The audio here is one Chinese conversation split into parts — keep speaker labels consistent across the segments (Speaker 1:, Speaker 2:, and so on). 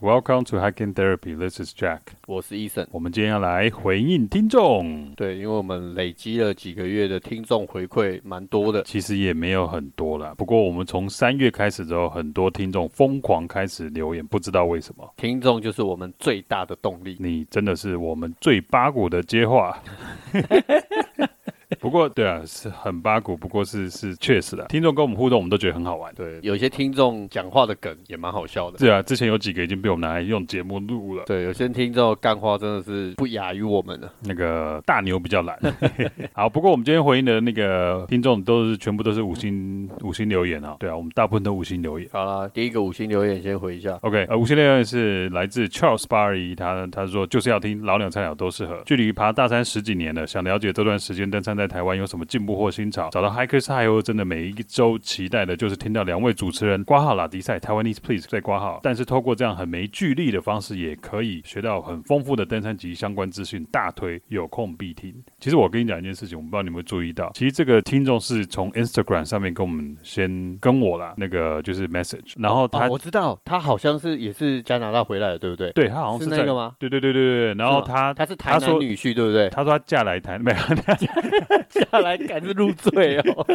Speaker 1: Welcome to Hiking Therapy. This is Jack.
Speaker 2: 我是 Eason。
Speaker 1: 我们今天要来回应听众，
Speaker 2: 对，因为我们累积了几个月的听众回馈，蛮多的。
Speaker 1: 其实也没有很多啦。不过我们从三月开始之后，很多听众疯狂开始留言，不知道为什么。
Speaker 2: 听众就是我们最大的动力。
Speaker 1: 你真的是我们最八股的接话。 不过，对啊，是很八股，不过是是确实的。听众跟我们互动，我们都觉得很好玩。
Speaker 2: 对，有些听众讲话的梗也蛮好笑的。
Speaker 1: 对啊，之前有几个已经被我们拿来用节目录了。
Speaker 2: 对，有些听众的干话真的是不亚于我们了。
Speaker 1: 那个大牛比较懒。 好，不过我们今天回应的那个听众都是全部都是五星五星留言啊。对啊，我们大部分都五星留言。
Speaker 2: 好啦，第一个五星留言先回一下。
Speaker 1: OK，呃，五星留言是来自 Charles 八二一，他他说就是要听老鸟菜鸟都适合。距离爬大山十几年了，想了解这段时间登山在台湾有什么进步或新潮。找到 Hikers High 哦后，真的每一周期待的就是听到两位主持人挂号拉迪赛 Taiwanese Please 在挂号，但是透过这样很没距离的方式，也可以学到很丰富的登山及相关资讯，大推有空必听。其实我跟你讲一件事情，我不知道你有没有注意到，其实这个听众是从 Instagram 上面跟我们先跟我啦，那个就是 message，然后他
Speaker 2: 哦，我知道，他好像是也是加拿大回来的，对不对？，
Speaker 1: 对他好像
Speaker 2: 是
Speaker 1: 在
Speaker 2: 那个吗？
Speaker 1: 对对对对对，然后
Speaker 2: 是吗
Speaker 1: 他
Speaker 2: 他是台
Speaker 1: 说
Speaker 2: 南女婿，对不 对？
Speaker 1: 他说他嫁来台没有
Speaker 2: 下来敢是入赘哦。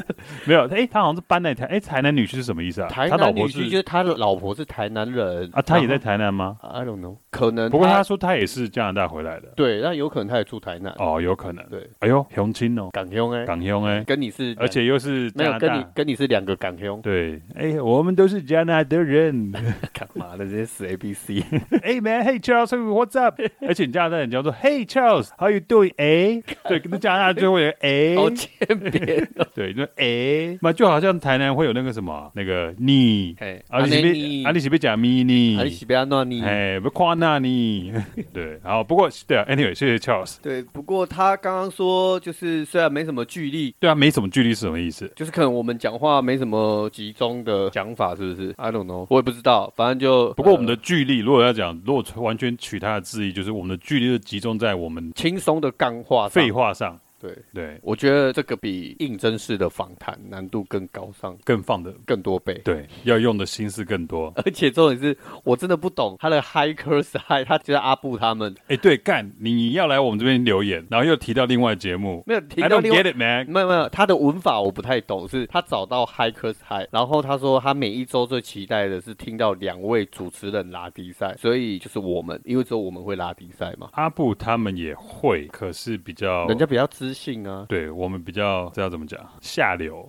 Speaker 1: 没有，哎、他好像是搬来台，哎、台南女婿是什么意思啊？
Speaker 2: 台
Speaker 1: 他老
Speaker 2: 南女
Speaker 1: 婆
Speaker 2: 婿就是是他的老婆是台南人
Speaker 1: 啊，他也在
Speaker 2: 然后
Speaker 1: 台南吗？
Speaker 2: I don't know，可能
Speaker 1: 不过他说他也是加拿大回来的，
Speaker 2: 对，那有可能他也住台南。
Speaker 1: 哦，有可能。
Speaker 2: 对，
Speaker 1: 哎呦，雄青哦，
Speaker 2: 港兄哎，
Speaker 1: 港兄哎，
Speaker 2: 跟你是，
Speaker 1: 而且又是
Speaker 2: 没
Speaker 1: 加
Speaker 2: 有
Speaker 1: 拿
Speaker 2: 跟你
Speaker 1: 大，
Speaker 2: 跟你是两个港兄，
Speaker 1: 对，哎，我们都是加拿大人。
Speaker 2: 干嘛的？这些死 A B C，
Speaker 1: 哎 man，Hey Charles，What's up？而且你加拿大人家说 Hey Charles，How you doing？哎，对，跟加拿大最后有个 哎，
Speaker 2: 好欠扁哦。
Speaker 1: 对，就哎，那就好像台南会有那个什么那个你，
Speaker 2: 哎，
Speaker 1: 啊你是被
Speaker 2: 尼
Speaker 1: 啊你是被讲咪你，
Speaker 2: 阿里西贝亚诺尼。
Speaker 1: 哎，不夸那你， 对，然后不过对啊，anyway，谢谢 Charles。
Speaker 2: 对，不过他刚刚说，就是虽然没什么距离，
Speaker 1: 对啊，没什么距离是什么意思？
Speaker 2: 就是可能我们讲话没什么集中的讲法，是不是？I don't know，我也不知道，反正就
Speaker 1: 不过我
Speaker 2: 呃
Speaker 1: 们的距离，如果要讲，如果完全取它的字义，就是我们的距离就集中在我们
Speaker 2: 轻松的干话上，
Speaker 1: 废话上，
Speaker 2: 对。
Speaker 1: 对，
Speaker 2: 我觉得这个比应征式的访谈难度更高上
Speaker 1: 更放的，
Speaker 2: 更多倍。
Speaker 1: 对，要用的心思更多。
Speaker 2: 而且重点是我真的不懂他的 hikers high，他就是阿布他们
Speaker 1: 哎，对，干，你要来我们这边留言，然后又提到另外节目
Speaker 2: 没有提
Speaker 1: ，I
Speaker 2: 到
Speaker 1: don't
Speaker 2: 另外
Speaker 1: get。it, man。
Speaker 2: 没有没有，他的文法我不太懂，是他找到 hikers high，然后他说他每一周最期待的是听到两位主持人拉低赛，所以就是我们，因为只有我们会拉低赛嘛，
Speaker 1: 阿布他们也会，可是比较
Speaker 2: 人家比较知性啊，
Speaker 1: 对我们比较知道怎么讲下流。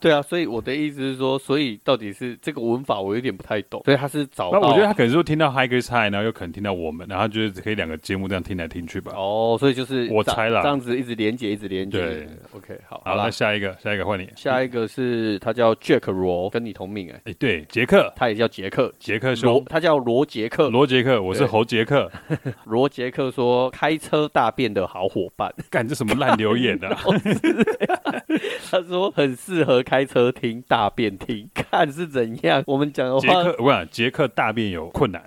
Speaker 2: 对啊，所以我的意思是说，所以到底是这个文法我有点不太懂，所以他是找
Speaker 1: 那
Speaker 2: 到，
Speaker 1: 我觉得他可能说听到 Hikers High，然后又可能听到我们，然后他觉得可以两个节目这样听来听去吧。
Speaker 2: 哦，所以就是
Speaker 1: 我
Speaker 2: 这样
Speaker 1: 猜啦
Speaker 2: 这样子一直连接一直连接，
Speaker 1: 对
Speaker 2: ，OK，好，
Speaker 1: 好，
Speaker 2: 啦
Speaker 1: 那下一个，下一个换你。
Speaker 2: 下一个是他叫 Jack Roll，跟你同名哎、
Speaker 1: 哎，对，杰克，
Speaker 2: 他也叫杰克，
Speaker 1: 杰克
Speaker 2: 罗
Speaker 1: 兄，
Speaker 2: 他叫罗杰克。
Speaker 1: 罗杰克，我是
Speaker 2: 对
Speaker 1: 侯杰 克。
Speaker 2: 罗杰克说：“开车大便的好伙伴。
Speaker 1: 干这什么烂留言啊？”
Speaker 2: 他说很适合开车听大便听， 看是怎样。 我们讲的
Speaker 1: 杰
Speaker 2: 话，
Speaker 1: 克，我想杰克大便有困难，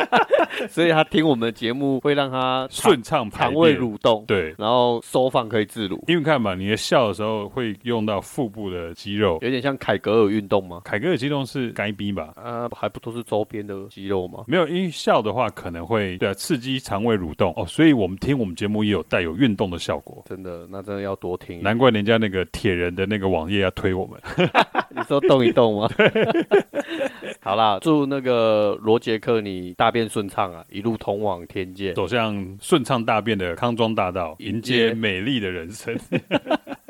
Speaker 2: 所以他听我们的节目会让他
Speaker 1: 顺畅排
Speaker 2: 肠胃
Speaker 1: 便。
Speaker 2: 蠕动，
Speaker 1: 对，
Speaker 2: 然后收放可以自如，
Speaker 1: 因为看嘛，你的笑的时候会用到腹部的肌肉。
Speaker 2: 有点像凯格尔运动吗？
Speaker 1: 凯哥的肌肉是该逼吧？
Speaker 2: 啊，还不都是周边的肌肉吗？
Speaker 1: 没有，因为笑的话可能会对啊，刺激肠胃蠕动哦，所以我们听我们节目也有带有运动的效果。
Speaker 2: 真的，那真的要多听。
Speaker 1: 难怪人家那个铁人的那个网页要推我们。
Speaker 2: 你说动一动吗？ 好啦，祝那个罗杰克你大便顺畅啊，一路通往天界。
Speaker 1: 走向顺畅大便的康庄大道，迎
Speaker 2: 迎
Speaker 1: 接
Speaker 2: 接
Speaker 1: 美丽的人生。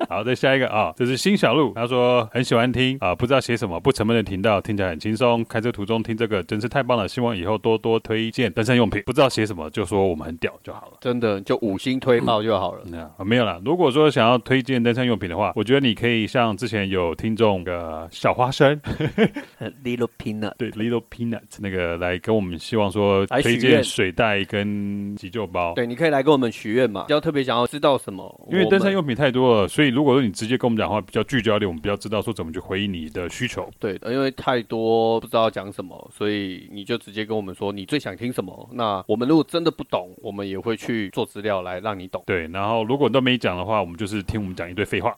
Speaker 1: 好，再下一个啊、这是新小路，他说很喜欢听啊、不知道写什么，不沉闷的频道，听起来很轻松。开车途中听这个真是太棒了，希望以后多多推荐登山用品。不知道写什么，就说我们很屌就好了。
Speaker 2: 真的就五星推爆就好了。
Speaker 1: 那、啊、没有啦。如果说想要推荐登山用品的话，我觉得你可以像之前有听众的小花生，
Speaker 2: Little Peanut，
Speaker 1: 对 Little Peanut 那个来跟我们希望说
Speaker 2: 来许
Speaker 1: 推
Speaker 2: 愿
Speaker 1: 荐水袋跟急救包。
Speaker 2: 对，你可以来跟我们许愿嘛，要特别想要知道什么，
Speaker 1: 因为
Speaker 2: 我们
Speaker 1: 登山用品太多了，所以如果说你直接跟我们讲话比较聚焦一点，我们比较知道说怎么去回应你的需求。
Speaker 2: 对，因为太多不知道讲什么，所以你就直接跟我们说你最想听什么。那我们如果真的不懂，我们也会去做资料来让你懂。
Speaker 1: 对，然后如果都没讲的话，我们就是听我们讲一堆废话。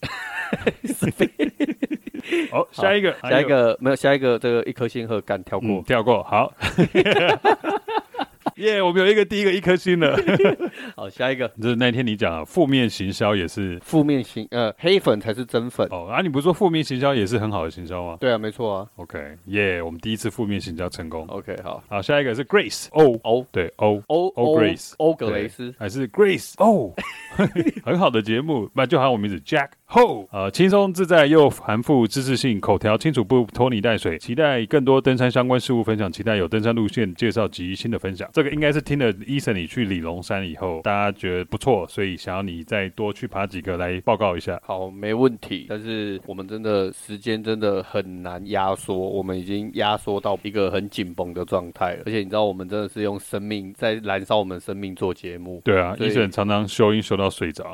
Speaker 1: 好，下一个，
Speaker 2: 下一个没有，下一个这个一颗星和干跳
Speaker 1: 嗯，
Speaker 2: 过。
Speaker 1: 跳过，好。 耶我们有一个第一个一颗星了。
Speaker 2: 好，下一个
Speaker 1: 就是那天你讲啊，负面行销也是
Speaker 2: 负面型，呃，黑粉才是真粉。
Speaker 1: 哦啊，你不是说负面行销也是很好的行销吗
Speaker 2: 对啊，没错啊。
Speaker 1: ？OK，耶、我们第一次负面行销成功。
Speaker 2: OK，好。
Speaker 1: 好，下一个是 Grace 哦，
Speaker 2: O
Speaker 1: 对哦，
Speaker 2: O
Speaker 1: O Grace
Speaker 2: 欧格雷斯
Speaker 1: 对，还是 Grace 哦， 很好的节目，那就喊我名字 Jack Ho，呃，轻松自在又含富知识性，口条清楚不拖泥带水，期待更多登山相关事物分享，期待有登山路线介绍及新的分享。这个应该是听了 Eason 你去李龙山以后，大家觉得不错，所以想要你再多去爬几个来报告一下。
Speaker 2: 好，没问题。但是我们真的时间真的很难压缩，我们已经压缩到一个很紧绷的状态了。而且你知道，我们真的是用生命在燃烧我们生命做节目。
Speaker 1: 对啊
Speaker 2: 所以
Speaker 1: ，Eason 常常修音修到睡 着。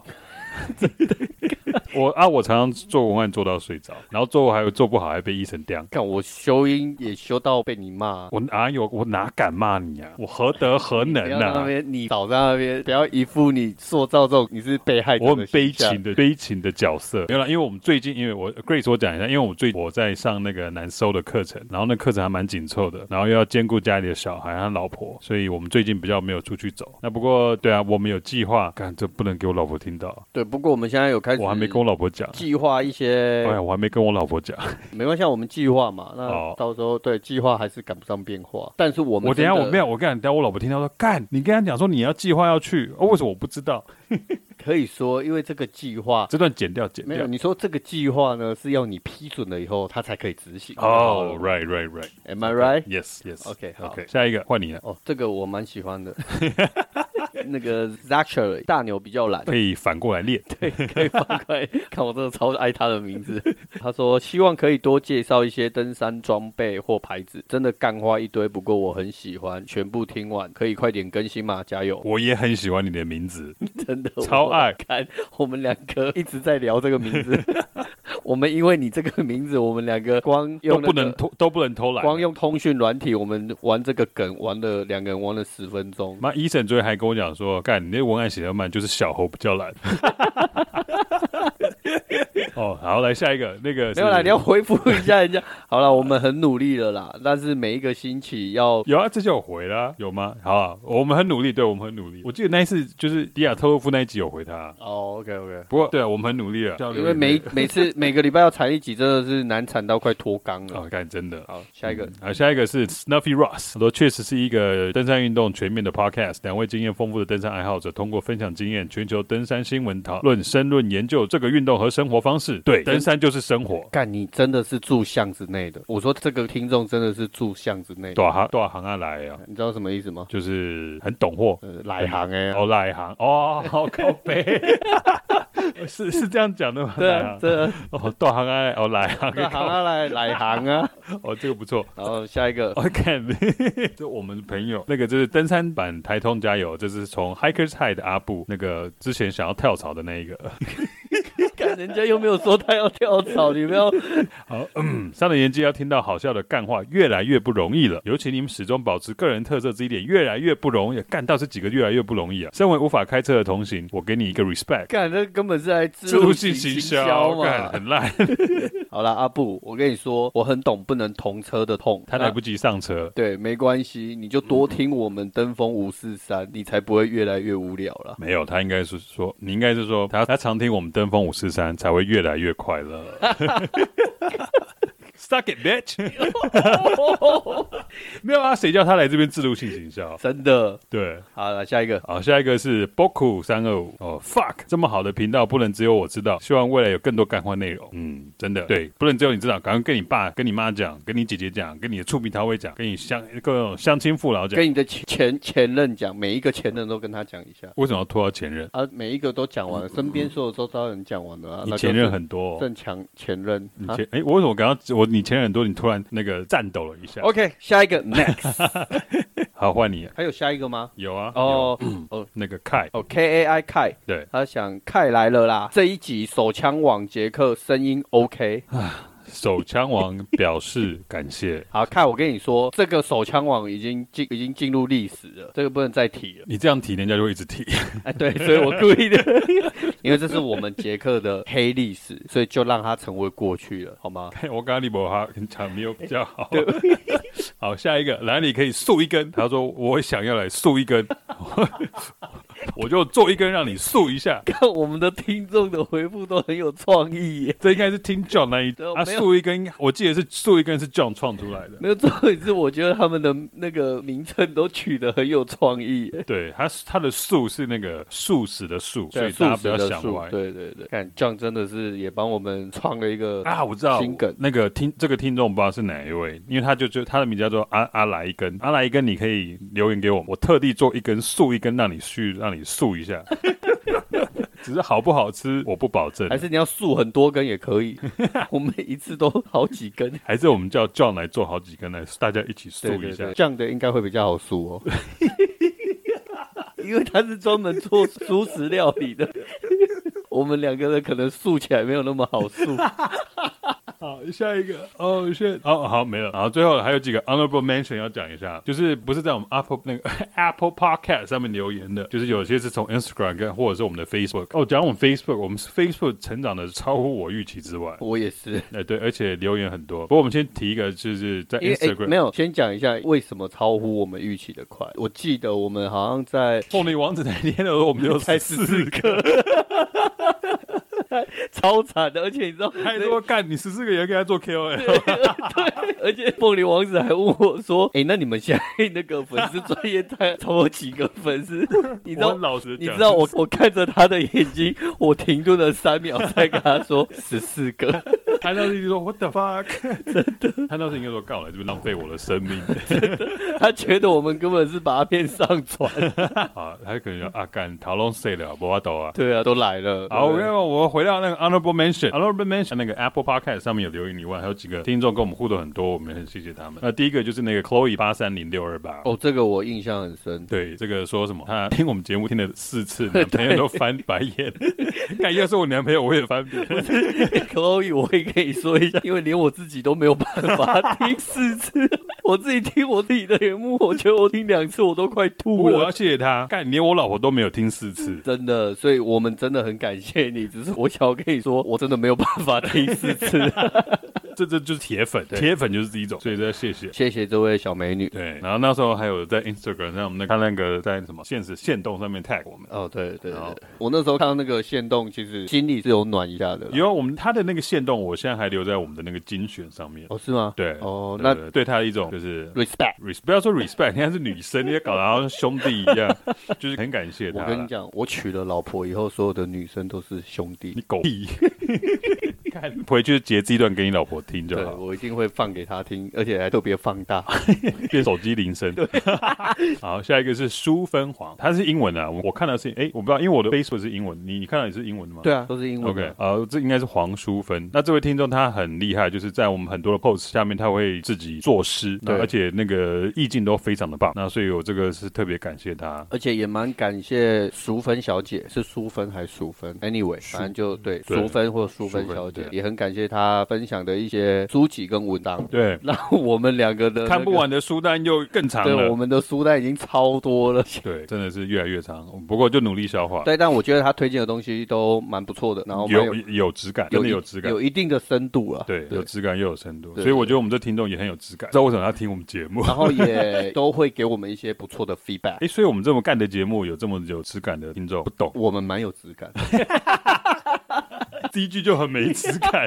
Speaker 1: 我啊，我常常做文案做到睡着，然后最后还有做不好还被医生刁。
Speaker 2: 看我修音也修到被你骂，
Speaker 1: 我哪有？我哪敢骂你啊？我何德何能
Speaker 2: 不要在那
Speaker 1: 啊？
Speaker 2: 边你倒在那边，不要一副你塑造这种你是被害者
Speaker 1: 我
Speaker 2: 的
Speaker 1: 很
Speaker 2: 形
Speaker 1: 悲
Speaker 2: 象
Speaker 1: 情。的悲情的角色，没有啦，因为我们最近，因为我 Grace 我讲一下，因为我最我在上那个难收的课程，然后那课程还蛮紧凑的，然后又要兼顾家里的小孩和老婆，所以我们最近比较没有出去走。那不过对啊，我们有计划，干这不能给我老婆听到，
Speaker 2: 对，不过我们现在有开始，
Speaker 1: 我还没跟我老婆讲，
Speaker 2: 计划一
Speaker 1: 哎
Speaker 2: 些，
Speaker 1: 呀，我还没跟我老婆讲，
Speaker 2: 没关系啊，我们计划嘛。
Speaker 1: 哦
Speaker 2: 那到时候对计划还是赶不上变化，但是我们
Speaker 1: 我等一下
Speaker 2: 真的
Speaker 1: 我没有，我跟你讲，我老婆听到说，干，你跟她讲说你要计划要去，哦，为什么我不知道？
Speaker 2: 可以说，因为这个计划
Speaker 1: 这段剪掉，剪
Speaker 2: 没
Speaker 1: 掉
Speaker 2: 有，。你说这个计划呢是要你批准了以后，它才可以执行。
Speaker 1: 哦、r i g h t right right。
Speaker 2: a m I right？
Speaker 1: Yes, yes.
Speaker 2: OK，好
Speaker 1: OK，下一个换你了。
Speaker 2: 哦，这个我蛮喜欢 的。那个 Zachary 大牛比较懒，
Speaker 1: 可以反过来练。
Speaker 2: 可以翻 开，看我真的超爱他的名字。他说希望可以多介绍一些登山装备或牌子，真的干花一堆，不过我很喜欢，全部听完，可以快点更新嘛，加 油！
Speaker 1: 我也很喜欢你的名 字，
Speaker 2: 真的
Speaker 1: 超爱
Speaker 2: 看我们两个一直在聊这个名字， 我们因为你这个名字，我们两个光
Speaker 1: 都
Speaker 2: 用、那
Speaker 1: 不
Speaker 2: 个、
Speaker 1: 能偷，都不能偷懒。
Speaker 2: 光用通讯软体，我们玩这个梗玩了两个人玩了十分钟，
Speaker 1: 妈，医生昨天还跟我讲说，干，你那文案写得慢，就是小猴比较 懒。哦，好，来下一个，那个是
Speaker 2: 没有啦，你要回复一下人家。 好了，我们很努力了啦，但是每一个星期要
Speaker 1: 有啊，这就有回啦，有吗？好啊，我们很努力，对我们很努力。我记得那一次就是迪亚特洛夫那一集有回他，
Speaker 2: 哦，OK OK。
Speaker 1: 不过对啊，我们很努力了，
Speaker 2: 因为每每次 每个礼拜要产一集，真的是难产到快脱肛了。
Speaker 1: 哦，干真的。
Speaker 2: 好，下一个，
Speaker 1: 啊，下一个是 Snuffy Ross，说确实是一个登山运动全面的 podcast，两位经验丰富的登山爱好者通过分享经验，全球登山新闻讨论、深论研究这个运动和生活方式。对，登山就是生活。
Speaker 2: 干你真的是住巷子内的。我说这个听众真的是住巷子内的，
Speaker 1: 多行多行啊来啊，
Speaker 2: 你知道什么意思吗？
Speaker 1: 就是很懂货。
Speaker 2: 呃，来行哎、
Speaker 1: 哦，来行哦，好靠 背，是是这样讲的吗？
Speaker 2: 对
Speaker 1: 来
Speaker 2: 啊
Speaker 1: 行，
Speaker 2: 这
Speaker 1: 哦， 多行啊，哦来行
Speaker 2: 这行
Speaker 1: 啊，
Speaker 2: 啊来来行啊。
Speaker 1: 哦这个不错。
Speaker 2: 然后下一 个，
Speaker 1: 我看，这我们朋友那个就是登山版台通加油，这是从 Hikers High 的阿布那个之前想要跳槽的那一个。
Speaker 2: 看人家又没有说他要跳槽，你不要
Speaker 1: 好，嗯，上了年纪要听到好笑的干话越来越不容易了，尤其你们始终保持个人特色这一点越来越不容易，干到这几个越来越不容易啊。身为无法开车的同行，我给你一个 respect。
Speaker 2: 干，这根本是来自
Speaker 1: 自
Speaker 2: 入
Speaker 1: 入
Speaker 2: 性
Speaker 1: 性
Speaker 2: 行
Speaker 1: 行
Speaker 2: 销
Speaker 1: 销，干
Speaker 2: 嘛。
Speaker 1: 很烂，
Speaker 2: 好啦，阿布，我跟你说，我很懂不能同车的痛。
Speaker 1: 他来不及上车
Speaker 2: 那。对，没关系，你就多听我们登峰五四三，你才不会越来越无聊了。
Speaker 1: 没有，他应该是说，你应该是说，他他常听我们登峰五四三，才会越来越快 乐。Suck it, bitch！没有啊，谁叫他来这边自入性行销？
Speaker 2: 真的。
Speaker 1: 对，
Speaker 2: 好了，下一个。
Speaker 1: 好，下一个是 Boku 三二五哦，fuck，这么好的频道不能只有我知道，希望未来有更多干货内容。嗯，真的，对，不能只有你知道，赶快跟你爸、跟你妈讲，跟你姐姐讲，跟你的醋皮桃会讲，跟你相各种乡亲父老讲。
Speaker 2: 跟你的前前前任讲，每一个前任都跟他讲一下
Speaker 1: 为什么要拖到前任？
Speaker 2: 啊，每一个都讲完了，身边所有周遭人讲完了啊。
Speaker 1: 嗯你
Speaker 2: 那就是
Speaker 1: 前任很多、哦，
Speaker 2: 正强前任
Speaker 1: 你
Speaker 2: 啊
Speaker 1: 前哎、我为什么刚刚我你前任很多，你突然那个颤抖了一下？
Speaker 2: OK，下一个 next，
Speaker 1: 好，换你。
Speaker 2: 还有下一个吗？
Speaker 1: 有啊，
Speaker 2: 哦
Speaker 1: 有那个凯，
Speaker 2: 哦，K A I 凯，
Speaker 1: 对，
Speaker 2: 他想凯来了啦！这一集手枪网杰克声音 OK，
Speaker 1: 手枪王表示感谢。
Speaker 2: 好看，我跟你说，这个手枪网已经进已经进入历史了，这个不能再提了。
Speaker 1: 你这样提，人家就会一直提。
Speaker 2: 哎，对，所以我故意的， 因为这是我们捷克的黑历史，所以就让它成为过去了，好吗？
Speaker 1: 我刚刚利伯哈讲没有比较好。 好，下一个，来，你可以竖一根。他说我想要来竖一根， 我就做一根让你竖一下。
Speaker 2: 看我们的听众的回复都很有创意耶。
Speaker 1: 这应该是听 John 那一
Speaker 2: 对我
Speaker 1: 他
Speaker 2: 哦没有
Speaker 1: 竖一根，我记得是竖一根是 John 创出来的。
Speaker 2: 没有，重点是我觉得他们的那个名称都取得很有创意耶。
Speaker 1: 对，他他的竖是那个素食的素，所以大家不要
Speaker 2: 素食的
Speaker 1: 想
Speaker 2: 素
Speaker 1: 歪。
Speaker 2: 对对对，看 John 真的是也帮我们创了一个
Speaker 1: 啊，我知道
Speaker 2: 心梗
Speaker 1: 那个听这个听众不知道是哪一位，因为他就就他的名字叫做阿阿来一根，阿来一根，你可以留言给我，我特地做一根竖一根让你续让你竖一 下，只是好不好吃我不保证，
Speaker 2: 还是你要竖很多根也 可以，我们一次都好几根。
Speaker 1: 还是我们叫 John 来做好几根来大家一起竖
Speaker 2: 对
Speaker 1: 一
Speaker 2: 对
Speaker 1: 下
Speaker 2: 对，。这样的应该会比较好数 哦。因为他是专门做素食料理的，我们两个人可能素起来没有那么 好素。
Speaker 1: 好，下一个哦，是哦，好没了。然后最后还有几个 honorable mention 要讲一下，就是不是在我们 Apple 那个 Apple Podcast 上面留言的，就是有些是从 Instagram 跟或者是我们的 Facebook。哦，讲我们 Facebook，我们 Facebook 成长的超乎我预期之外。
Speaker 2: 我也是，
Speaker 1: 哎，对，而且留言很多。不过我们先提一个，就是在
Speaker 2: 因为、诶
Speaker 1: Instagram，
Speaker 2: 没有先讲一下为什么超乎我们预期的快。我记得我们好像在
Speaker 1: 凤梨王子那天的时候，我们就
Speaker 2: 才
Speaker 1: 四个，
Speaker 2: 超惨的，而且你知道
Speaker 1: 太多干，你十四个也要给他做 KOL。
Speaker 2: 而且凤梨王子还问我说：“ 哎、那你们现在那个粉丝专业在超过几个粉丝？” 你知
Speaker 1: 我
Speaker 2: 道
Speaker 1: 很老实
Speaker 2: 你
Speaker 1: 讲，
Speaker 2: 知道我我看着他的眼睛，我停顿了三秒，才跟他 说十四个。
Speaker 1: 潘道士就说 What the fuck？真的，潘道士应该说干我来这边浪费我的生命。
Speaker 2: 他觉得我们根本是把他骗上船。
Speaker 1: 啊，他可能说啊，干逃龙谁了，不法抖啊。
Speaker 2: 对啊，都来了。
Speaker 1: 好，我
Speaker 2: 对
Speaker 1: 要我回到那个 honorable mention，honorable mention 那个 Apple Podcast 上面有留言以外，还有几个听众跟我们互动很多，我们很谢谢他们。 那第一个就是那个 Chloe 八三零六二八。
Speaker 2: 哦，这个我印象很深。
Speaker 1: 对，这个说什么？他听我们节目听了四 次，男朋友都翻白 眼。看，要是我男朋友，我也翻白眼。
Speaker 2: Chloe，我会跟你说一下，因为连我自己都没有办法 听四次，我自己听我自己的节目，我觉得我听两次我都快 吐
Speaker 1: 我
Speaker 2: 了
Speaker 1: 要。谢谢他。干，连我老婆都没有听四次。
Speaker 2: 啊真的，所以我们真的很感谢你。只是我想要跟你说，我真的没有办法听四 次。
Speaker 1: 这这就是铁粉，铁粉就是这一种，所以这要谢谢。
Speaker 2: 谢谢这位小美女。
Speaker 1: 对，然后那时候还有在 Instagram 上，我们那他那个在什么现实线动上面 tag 我们。
Speaker 2: 哦，对对对
Speaker 1: 好
Speaker 2: 我那时候看到那个线动，其实心里是有暖一下的啦。
Speaker 1: 有啊我们他的那个线动，我现在还留在我们的那个精选上面。
Speaker 2: 哦，是吗？
Speaker 1: 对，
Speaker 2: 哦，
Speaker 1: 对
Speaker 2: 那
Speaker 1: 对对他的一种就是。
Speaker 2: respect。
Speaker 1: res 不要说 respect，人家是女生，你也搞得好像兄弟一 样，就是很感谢
Speaker 2: 我
Speaker 1: 他。
Speaker 2: 跟你讲，我娶了老婆以后，所有的女生都是兄
Speaker 1: 你
Speaker 2: 弟。
Speaker 1: 狗 屁！看回去截这一段给你老婆听就
Speaker 2: 对，
Speaker 1: 好，
Speaker 2: 我一定会放给她听，而且还特别放大。
Speaker 1: 变手机铃声。 好，下一个是淑芬黄，它是英文啊，我我看到是哎，我不知道，因为我的 Facebook 是英文，你你看到也是英文的吗？
Speaker 2: 对啊，都是英文
Speaker 1: OK，
Speaker 2: 的。
Speaker 1: 呃，这应该是黄淑芬。那这位听众他很厉害，就是在我们很多的 post 下面，他会自己作诗，那
Speaker 2: 对
Speaker 1: 而且那个意境都非常的棒。那所以我这个是特别感谢他。
Speaker 2: 而且也蛮感谢淑芬小姐，是淑芬还是淑芬？Anyway，反正就对
Speaker 1: 嗯对
Speaker 2: 淑芬或淑芬
Speaker 1: 淑芬
Speaker 2: 小姐，
Speaker 1: 对
Speaker 2: 也很感谢她分享的一些书籍跟文章，
Speaker 1: 对，
Speaker 2: 让我们两个的
Speaker 1: 看不
Speaker 2: 呃那个
Speaker 1: 完的书单又更长
Speaker 2: 对，我
Speaker 1: 了。
Speaker 2: 们的书单已经超多了。
Speaker 1: 对，真的是越来越长，不过就努力消化，
Speaker 2: 对，但我觉得他推荐的东西都蛮不错的，然后蛮
Speaker 1: 有有质感，真
Speaker 2: 有
Speaker 1: 的
Speaker 2: 一
Speaker 1: 有质感
Speaker 2: 有。一定的深度啊了。
Speaker 1: 对，有质感又有深度，
Speaker 2: 对
Speaker 1: 所以我觉得我们这听众也很有质感。知道为什么他听我们节目？
Speaker 2: 然后也都会给我们一些不错的 feedback，
Speaker 1: 哎，所以我们这么干的节目，有这么有质感的听众，不懂
Speaker 2: 我们蛮有质感的。
Speaker 1: 第一句就很没质感。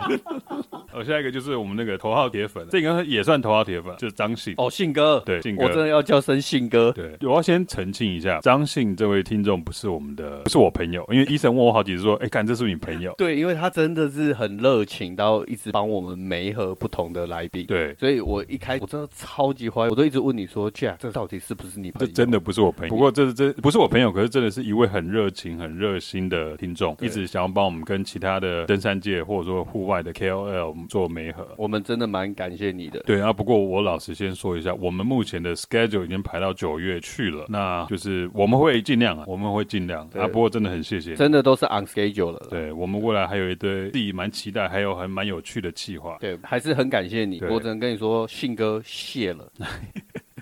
Speaker 1: 哦，下一个就是我们那个头号铁粉，这个也算头号铁粉，就是张信。
Speaker 2: 哦，信哥，
Speaker 1: 对信哥
Speaker 2: 我真的要叫声信哥。
Speaker 1: 对，我要先澄清一下，张信这位听众不是我们的，不是我朋友，因为医生问我好几次说，哎，干这是不是你朋友？
Speaker 2: 对，因为他真的是很热情，到一直帮我们媒合不同的来宾。，
Speaker 1: 对，
Speaker 2: 所以我一开我真的超级怀疑，我都一直问你说，Jack，这到底是不是你
Speaker 1: 这
Speaker 2: 朋友？
Speaker 1: 真的不是我朋友，不过这这不是我朋友，可是真的是一位很热情、很热心的听众，
Speaker 2: 对
Speaker 1: 一直想要帮我们跟其他的登山界或者说户外的 KOL 们做媒合。
Speaker 2: 我们真的蛮感谢你的。
Speaker 1: 对啊，不过我老实先说一下，我们目前的 schedule 已经排到九月去了，那就是我们会尽量啊，我们会尽量
Speaker 2: 对
Speaker 1: 啊。不过真的很谢谢你，
Speaker 2: 真的都是 on schedule 了。
Speaker 1: 对我们未来还有一堆自己蛮期待，还有还蛮有趣的计划。
Speaker 2: 对，还是很感谢你，
Speaker 1: 对
Speaker 2: 我只能跟你说，信哥谢了。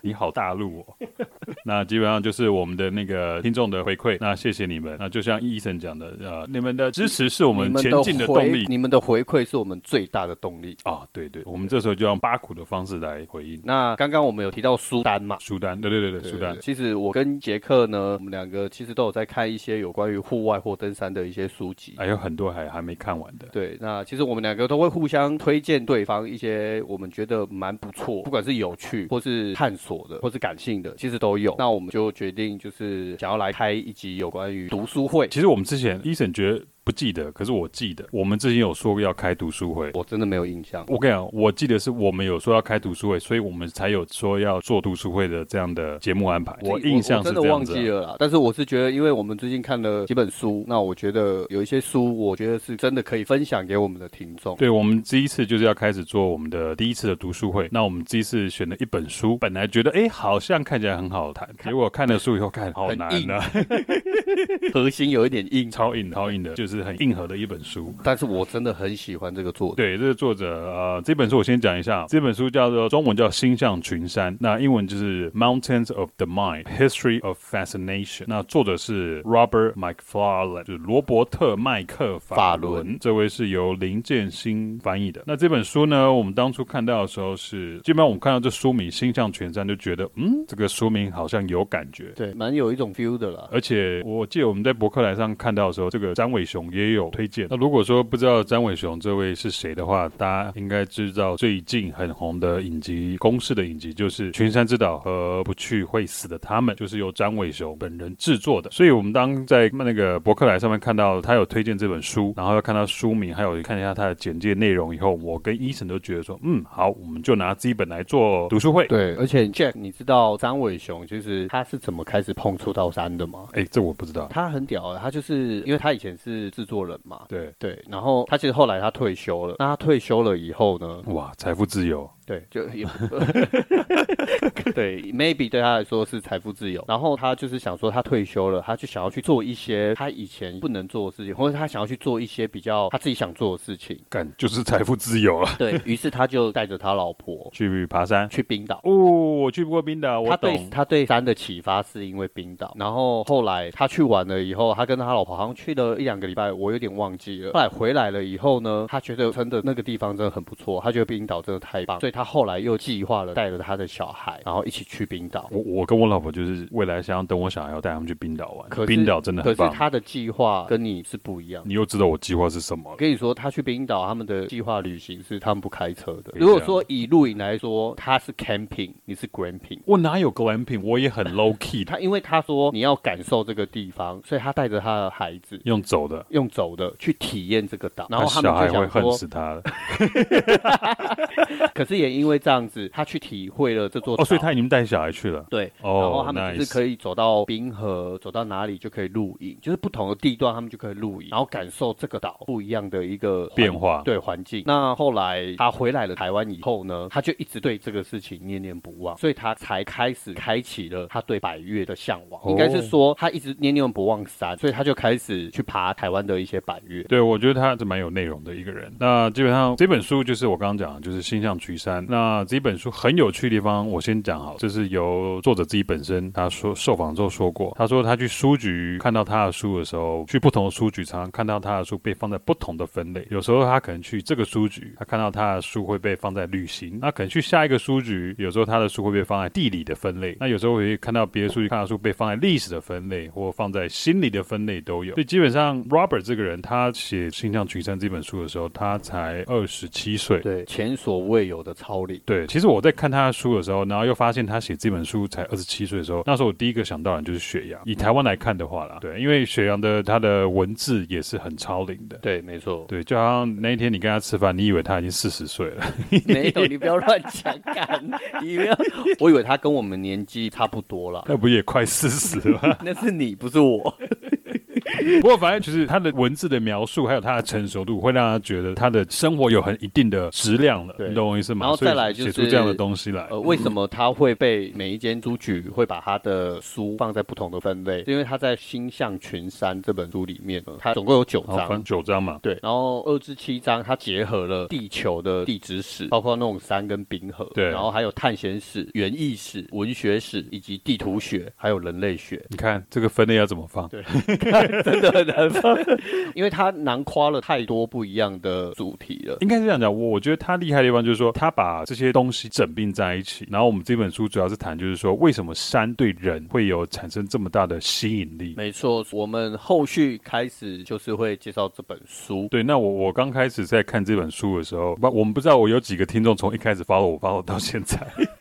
Speaker 1: 你好大陆哦。 那基本上就是我们的那个听众的回馈，那谢谢你们。那就像医生讲的，呃，你们的支持是我
Speaker 2: 我
Speaker 1: 们前进的动力
Speaker 2: 你们的回馈是我们最大的动力。
Speaker 1: 啊、对对，我们这时候就用八股的方式来回应
Speaker 2: 那刚刚我们有提到苏丹嘛？
Speaker 1: 苏丹，对对对对，苏丹，
Speaker 2: 其实我跟杰克呢，我们两个其实都有在看一些有关于户外或登山的一些书籍。
Speaker 1: 还有很多还还没看完的。
Speaker 2: 对，那其实我们两个都会互相推荐对方一些我们觉得蛮不错，不管是有趣或是探索的，或是感性的，其实都有。那我们就决定就是想要来开一集有关于读书会。
Speaker 1: 其实我们之前医生觉得不记得，可是我记得，我们之前有说要开读书会。
Speaker 2: 我真的没有印象，
Speaker 1: 我跟你讲，我记得是我们有说要开读书会，所以我们才有说要做读书会的这样的节目安排。我印象
Speaker 2: 哎我
Speaker 1: 是
Speaker 2: 真的
Speaker 1: 这样
Speaker 2: 忘
Speaker 1: 子啊、
Speaker 2: 记了啦。但是我是觉得，因为我们最近看了几本书，那我觉得有一些书，我觉得是真的可以分享给我们的听众。
Speaker 1: 对，我们第一次就是要开始做我们的第一次的读书会。那我们第一次选了一本书，本来觉得诶好像看起来很好谈，结果看了书以后看好
Speaker 2: 很
Speaker 1: 难
Speaker 2: 硬
Speaker 1: 啊，
Speaker 2: 核心有一点硬，
Speaker 1: 超硬超硬的，就是很硬核的一本书。
Speaker 2: 但是我真的很喜欢这个作者。
Speaker 1: 对，这个作者呃，这本书我先讲一下，这本书叫做中文叫《星象群山》，那英文就是《Mountains of the Mind: History of Fascination》。那作者是 Robert McFarlane，就是罗伯特麦克法
Speaker 2: 法
Speaker 1: 伦
Speaker 2: 伦，
Speaker 1: 这位是由林建新翻译的。那这本书呢，我们当初看到的时候是，基本上我们看到这书名《星象群山》就觉得，嗯，这个书名好像有感觉。
Speaker 2: 对，蛮有一种 feel 的啦。
Speaker 1: 而且我记得我们在博客来上看到的时候，这个詹伟雄也有推荐。那如果说不知道詹伟雄这位是谁的话，大家应该知道最近很红的影集，公式的影集就是《群山之岛》和《不去会死的他们》，就是由詹伟雄本人制作的。所以我们当在那个博客来上面看到他有推荐这本书，然后要看到书名，还有看一下他的简介内容以后，我跟医生都觉得说，嗯，好，我们就拿这一本来做读书会。
Speaker 2: 对，而且 Jack，你知道张伟雄其实他是怎么开始碰触到山的吗？
Speaker 1: 哎，这我不知道。
Speaker 2: 他很屌啊，他就是因为他以前是制作人嘛，
Speaker 1: 对，
Speaker 2: 对，然后他其实后来他退休了，那他退休了以后呢，
Speaker 1: 哇，财富自由。
Speaker 2: 对，就也 对，maybe 对他来说是财富自由，然后他就是想说他退休了，他就想要去做一些他以前不能做的事情，或者他想要去做一些比较他自己想做的事情，
Speaker 1: 干就是财富自由啊！
Speaker 2: 对于是他就带着他老婆
Speaker 1: 去爬山
Speaker 2: 去冰岛。
Speaker 1: 哦，我去不过冰岛，我
Speaker 2: 他对
Speaker 1: 懂。
Speaker 2: 他对山的启发是因为冰岛，然后后来他去玩了以后，他跟他老婆好像去了一两个礼拜，我有点忘记了。后来回来了以后呢，他觉得真的那个地方真的很不错，他觉得冰岛真的太棒，所以他后来又计划了带着他的小孩，然后一起去冰岛。
Speaker 1: 我我跟我老婆就是未来想要等我小孩要带他们去冰岛
Speaker 2: 可
Speaker 1: 玩，
Speaker 2: 是
Speaker 1: 冰岛真的
Speaker 2: 可
Speaker 1: 很
Speaker 2: 是
Speaker 1: 棒。
Speaker 2: 他的计划跟你是不一样的。
Speaker 1: 你又知道我计划是什么
Speaker 2: 我
Speaker 1: 了？
Speaker 2: 跟你说，他去冰岛，他们的计划旅行是他们不开车的。
Speaker 1: 可以
Speaker 2: 如果
Speaker 1: 这样
Speaker 2: 说以露营来说，他是 camping，你是 glamping。
Speaker 1: 我哪有 glamping？我也很 low key 的，
Speaker 2: 他因为他说你要感受这个地方，所以他带着他的孩子
Speaker 1: 用走的，
Speaker 2: 用走的去体验这个岛，然后他
Speaker 1: 小
Speaker 2: 们
Speaker 1: 孩
Speaker 2: 就
Speaker 1: 会
Speaker 2: 想
Speaker 1: 恨
Speaker 2: 说，
Speaker 1: 死他的。
Speaker 2: 可是也因为这样子，他去体会了这座岛，
Speaker 1: 哦，所以他已经带小孩去了。
Speaker 2: 对。然后
Speaker 1: 哦
Speaker 2: 他，们就是
Speaker 1: nice
Speaker 2: 可以走到冰河，走到哪里就可以露营，就是不同的地段他们就可以露营，然后感受这个岛不一样的一个环
Speaker 1: 变化
Speaker 2: 对环境。那后来他回来了台湾以后呢，他就一直对这个事情念念不忘，所以他才开始开启了他对百越的向往。
Speaker 1: 哦
Speaker 2: 应该是说他一直念念不忘山，所以他就开始去爬台湾的一些百越。
Speaker 1: 对，我觉得他是蛮有内容的一个人。那基本上这本书就是我刚刚讲的，就是《星象群山》。那这本书很有趣的地方，我先讲好，这是由作者自己本身他说受访之后说过，他说他去书局看到他的书的时候，去不同的书局常常看到他的书被放在不同的分类，有时候他可能去这个书局，他看到他的书会被放在旅行，那可能去下一个书局，有时候他的书会被放在地理的分类，那有时候会看到别的书局看到书被放在历史的分类或放在心理的分类都有。所以基本上，Robert 这个人他写《倾向群山》这本书的时候，他才二十七岁。
Speaker 2: 对，前所未有的超龄。
Speaker 1: 对，其实我在看他的书的时候，然后又发现他写这本书才二十七岁的时候，那时候我第一个想到的就是雪阳。以台湾来看的话啦，对，因为雪阳的他的文字也是很超龄的。
Speaker 2: 对，没错。
Speaker 1: 对，就好像那一天你跟他吃饭，你以为他已经四十岁了，
Speaker 2: 没有，你不要乱讲，干，你不要。 我以为他跟我 们年纪差不多啦，
Speaker 1: 那不也快四十了吗？
Speaker 2: 那是你，不是我。
Speaker 1: 不过反正就是他的文字的描述，还有他的成熟度，会让他觉得他的生活有很一定的质量了。
Speaker 2: 对
Speaker 1: 你懂我意思吗？
Speaker 2: 然后
Speaker 1: 所以
Speaker 2: 再来就是
Speaker 1: 写出这样的东西来。
Speaker 2: 呃，为什么它会被每一间书局会把它的书放在不同的分类？是因为它在《星象群山》这本书里面，呃它总共有九
Speaker 1: 好，反
Speaker 2: 章
Speaker 1: 正。九章嘛，
Speaker 2: 对，然后二至七章它结合了地球的地质史，包括那种山跟冰河，
Speaker 1: 对
Speaker 2: 然后还有探险史、园艺史、文学史以及地图学，还有人类学。
Speaker 1: 你看这个分类要怎么放？
Speaker 2: 真的很难放， 因为它囊括了太多不一样的主题了。
Speaker 1: 应该是这样讲，我我觉得他厉害的地方就是说，他把这些东西整并在一起。然后我们这本书主要是谈，就是说为什么山对人会有产生这么大的吸引力。
Speaker 2: 没错，我们后续开始就是会介绍这本书。
Speaker 1: 对，那我我刚开始在看这本书的时候，不，我们不知道我有几个听众从一开始 follow 我 follow 到现在。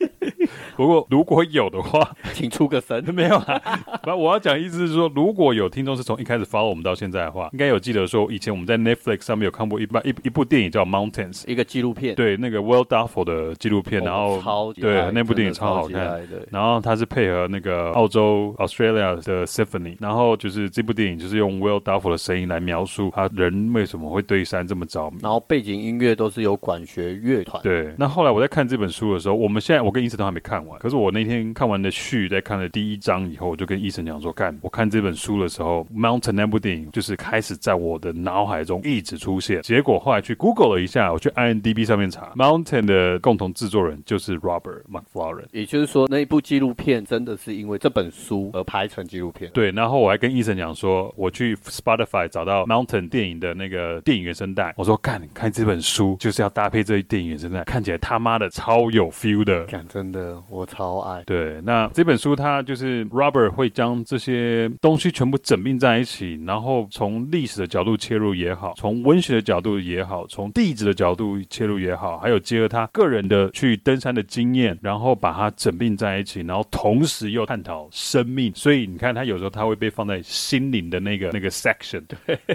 Speaker 1: 不过如果有的话，
Speaker 2: 请出个神，
Speaker 1: 没有啊。不，我要讲意思是说，如果有听众是从一开始 follow 我们到现在的话，应该有记得说，以前我们在 Netflix 上面有看过一部一一部电影叫《Mountains》。
Speaker 2: 一个纪录片，
Speaker 1: 对，那个 Will d a f o 的纪录片，
Speaker 2: 哦，
Speaker 1: 然后
Speaker 2: 超级爱
Speaker 1: 对那部
Speaker 2: 真的
Speaker 1: 电影超好
Speaker 2: 级
Speaker 1: 看。
Speaker 2: 爱的
Speaker 1: 然后它是配合那个澳洲 Australia 的 Symphony，然后就是这部电影就是用 Will d a f o 的声音来描述他人为什么会对山这么着迷。
Speaker 2: 然后背景音乐都是由管弦乐团，
Speaker 1: 对，那后来我在看这本书的时候，我们现在我跟医生都还没看完。可是我那天看完的序，在看了第一章以后，我就跟医生讲说，看我看这本书的时候，《Mountain》那部电影就是开始在我的脑海中一直出现。结果后来去 Google 了一下，我去 IMDB 上面查，《Mountain》的共同制作人就是 Robert McFarlane。
Speaker 2: 也就是说那一部纪录片真的是因为这本书而拍成纪录片。
Speaker 1: 对，然后我还跟医生讲说，我去 Spotify 找到 Mountain 电影的那个电影原声带，我说看看这本书就是要搭配这一电影原声带，看起来他妈的超有 feel 的。
Speaker 2: 看，真的我超爱。
Speaker 1: 对，那这本书它就是 Robert 会将这些东西全部整并在一起，然后从历史的角度切入也好，从文学的角度也好，从地质的角度切入也好，还有结合他个人的去登山的经验，然后把它整并在一起，然后同时又探讨生命。所以你看，他有时候他会被放在心灵的那个那个 section。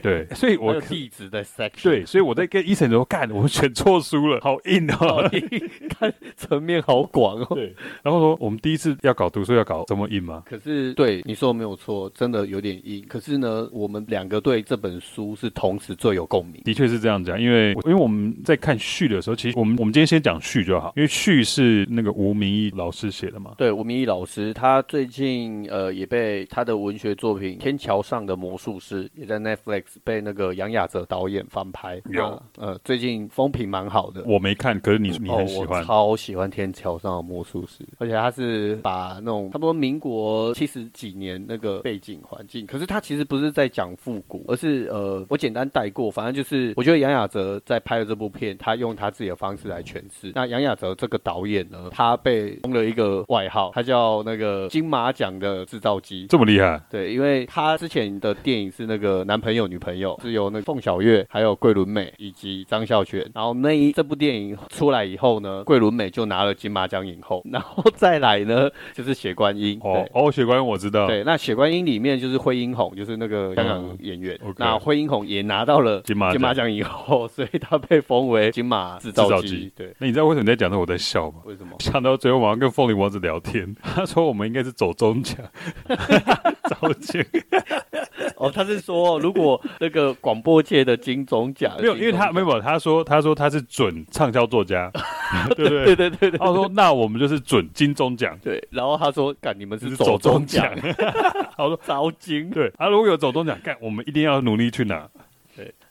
Speaker 1: 对所以
Speaker 2: 还
Speaker 1: 我
Speaker 2: 有。地址的 section，
Speaker 1: 对，，所以我在跟医生说，干，我们选错书了，好硬哦。
Speaker 2: 看 层面好广哦。
Speaker 1: 对，然后说我们第一次要搞读书，要搞这么硬吗？
Speaker 2: 可是对你说的没有错，真的有点硬。可是呢，我们两个对这本书是同时最有共鸣。
Speaker 1: 的确是这样讲，因为因为我们在看序的时候，其实我们我们今天先讲序就好，因为序是那个吴明义老师写的嘛。
Speaker 2: 对吴明义老师，他最近呃也被他的文学作品《天桥上的魔术师》也在 Netflix 被那个杨雅哲导演翻拍，
Speaker 1: 有
Speaker 2: 那呃最近风评蛮好的。
Speaker 1: 我没看，可是你你
Speaker 2: 哦
Speaker 1: 很，喜
Speaker 2: 我
Speaker 1: 欢，
Speaker 2: 超喜欢《天桥上的魔术师》，而且他是把那种差不多民国七十几年那个背景环境，可是他其实不是在讲复古，而是呃，我简单带过，反正就是我觉得杨雅哲在拍的这部片，他用他自己的方式来诠释。那杨雅哲这个导演呢，他被封了一个外号，他叫那个金马奖的制造机。
Speaker 1: 这么厉害，
Speaker 2: 对，因为他之前的电影是那个男朋友女朋友，是由那个凤小岳、还有桂纶镁以及张孝全。然后那一这部电影出来以后呢，桂纶镁就拿了金马奖影后，然后 再来呢就是血观音。
Speaker 1: 哦
Speaker 2: 对
Speaker 1: 哦，血观音我知道，
Speaker 2: 对，那《血观音》里面就是惠英红，就是那个香港
Speaker 1: 嗯
Speaker 2: 演员。
Speaker 1: OK
Speaker 2: 那惠英红也拿到了
Speaker 1: 金马
Speaker 2: 金马
Speaker 1: 奖。
Speaker 2: 奖以后， 所以他被封为金马制
Speaker 1: 制
Speaker 2: 造
Speaker 1: 造
Speaker 2: 机
Speaker 1: 机。
Speaker 2: 对，
Speaker 1: 那你知道为什么你在讲的我在笑吗？
Speaker 2: 为什么？
Speaker 1: 想到昨天晚上跟凤梨王子聊天， 他说我们应该是走中 奖，早前
Speaker 2: 哦，他是说如果那个广播界的金钟奖，
Speaker 1: 没有，因为他
Speaker 2: 金钟奖
Speaker 1: 没有，他说他说他是准畅销作 家，对不
Speaker 2: 对
Speaker 1: 对？
Speaker 2: 对对对
Speaker 1: 他说那我们就是准金钟奖，
Speaker 2: 对，然后他说：“干，你们
Speaker 1: 就是是
Speaker 2: 走
Speaker 1: 走
Speaker 2: 中
Speaker 1: 中
Speaker 2: 奖
Speaker 1: 奖，
Speaker 2: 好多糟精。
Speaker 1: 对。啊，如果有走中奖，干，我们一定要努力去拿。”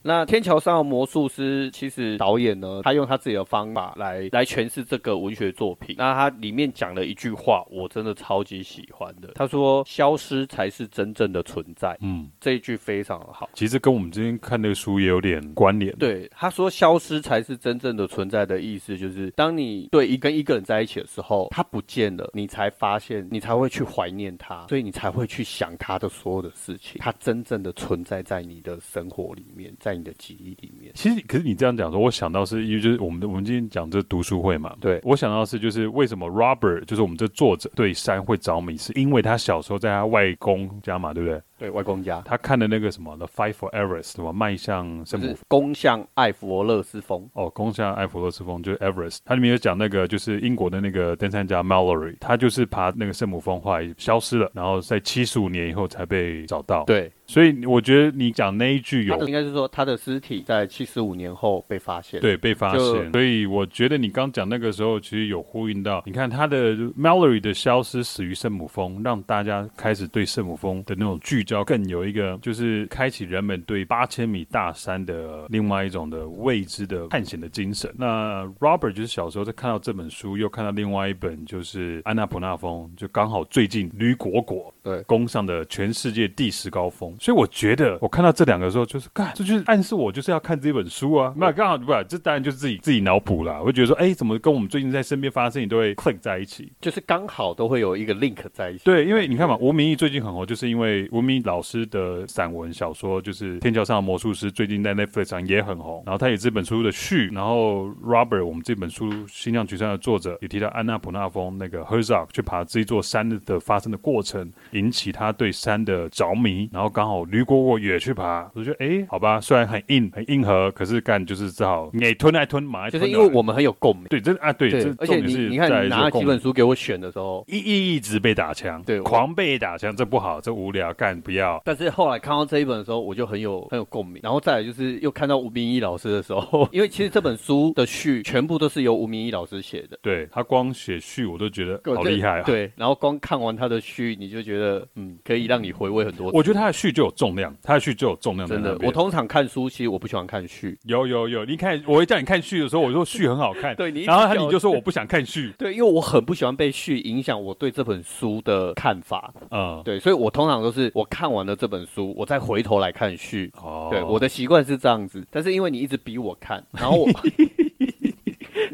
Speaker 2: 那《天桥上的魔术师》其实导演呢，他用他自己的方法来来诠释这个文学作品。那他里面讲了一句话，我真的超级喜欢的。他说：“消失才是真正的存在。
Speaker 1: 嗯”，
Speaker 2: 这一句非常好。
Speaker 1: 其实跟我们今天看那个书也有点关联。
Speaker 2: 对，他说消失才是真正的存在的意思，就是当你对一跟一个人在一起的时候，他不见了，你才发现，你才会去怀念他，所以你才会去想他的所有的事情，他真正的存在在你的生活里面，在你的记忆里面。
Speaker 1: 其实，可是你这样讲说，我想到是因为就是我们的我们今天讲这读书会嘛，
Speaker 2: 对
Speaker 1: 我想到是就是为什么 Robert 就是我们这作者对山会着迷，是因为他小时候在他外公家嘛，对不对？
Speaker 2: 对外公家，
Speaker 1: 他看的那个什么《The Fight for Everest》什么迈向圣
Speaker 2: 就
Speaker 1: 母
Speaker 2: 是攻向艾佛勒斯峰。
Speaker 1: 哦，攻下埃弗洛斯峰就是 Everest，它里面有讲那个就是英国的那个登山家 Mallory，他就是爬那个圣母峰，后来消失了，然后在七十五年以后才被找到。，
Speaker 2: 对，
Speaker 1: 所以我觉得你讲那一句
Speaker 2: 他
Speaker 1: 有
Speaker 2: 的应该是说他的尸体在七十五年后被发现。，
Speaker 1: 对被发现，
Speaker 2: 就
Speaker 1: 所以我觉得你刚讲那个时候其实有呼应到，你看他的 Mallory 的消失死于圣母峰，让大家开始对圣母峰的那种聚焦更有一个就是开启人们对八千米大山的另外一种的未知的探险的精神。那 Robert 就是小时候在看到这本书，又看到另外一本就是安娜普纳峰，就刚好最近吕果果
Speaker 2: 对
Speaker 1: 攻上的全世界第十高峰，所以我觉得我看到这两个的时候，就是干，这就是暗示我就是要看这本书啊。那刚好不，这当然就是自己自己脑补啦。我就觉得说，哎，怎么跟我们最近在身边发生的事情都会 click 在一起？
Speaker 2: 就是刚好都会有一个 link 在一起。
Speaker 1: 对，因为你看嘛，吴明义最近很红，就是因为吴明义老师的散文小说，就是《天桥上的魔术师》，最近在 Netflix 上也很红。然后他也这本书的序，然后 Robert 我们这本书《星象曲上》的作者也提到安娜普纳峰那个 Herzog 去爬这一座山的发生的过程，引起他对山的着迷。然后刚好吕果果也去爬，我就觉得哎，好吧，虽然很硬很硬核，可是干就是只好你吞来吞马来
Speaker 2: 就
Speaker 1: 吞
Speaker 2: 是
Speaker 1: 了，
Speaker 2: 因为我们很有共鸣。
Speaker 1: 对这啊哎对，这
Speaker 2: 而
Speaker 1: 重
Speaker 2: 且
Speaker 1: 点
Speaker 2: 你
Speaker 1: 是
Speaker 2: 你看
Speaker 1: 在于
Speaker 2: 你
Speaker 1: 说
Speaker 2: 拿
Speaker 1: 共鸣
Speaker 2: 几本书给我选的时候，
Speaker 1: 一一一直被打枪，
Speaker 2: 对我
Speaker 1: 狂被打枪，这不好，这无聊，干不要。
Speaker 2: 但是后来看到这一本的时候，我就很有很有共鸣。然后再来就是又看到吴明义老师的时候， 因为其实这本书的序全部都是由吴明义老师写的。
Speaker 1: 对他光写序我都觉得
Speaker 2: 哦
Speaker 1: 好厉害啊！，
Speaker 2: 对，然后光看完他的序，你就觉得嗯，可以让你回味很多次。
Speaker 1: 我觉得他的序就有重量，他的序就有重量在
Speaker 2: 真
Speaker 1: 那
Speaker 2: 的，
Speaker 1: 边。
Speaker 2: 我通常看书，其实我不喜欢看序。
Speaker 1: 有有有，你看我一叫你看序的时候，我说序很好看，
Speaker 2: 对你一直
Speaker 1: 然后他
Speaker 2: 叫我
Speaker 1: 你就说我不想看序，
Speaker 2: 对，因为我很不喜欢被序影响我对这本书的看法。
Speaker 1: 嗯，
Speaker 2: 对，所以我通常都是我看完了这本书，我再回头来看序。
Speaker 1: 哦，
Speaker 2: 对，我的习惯是这样子，但是因为你一直逼我看，然后我，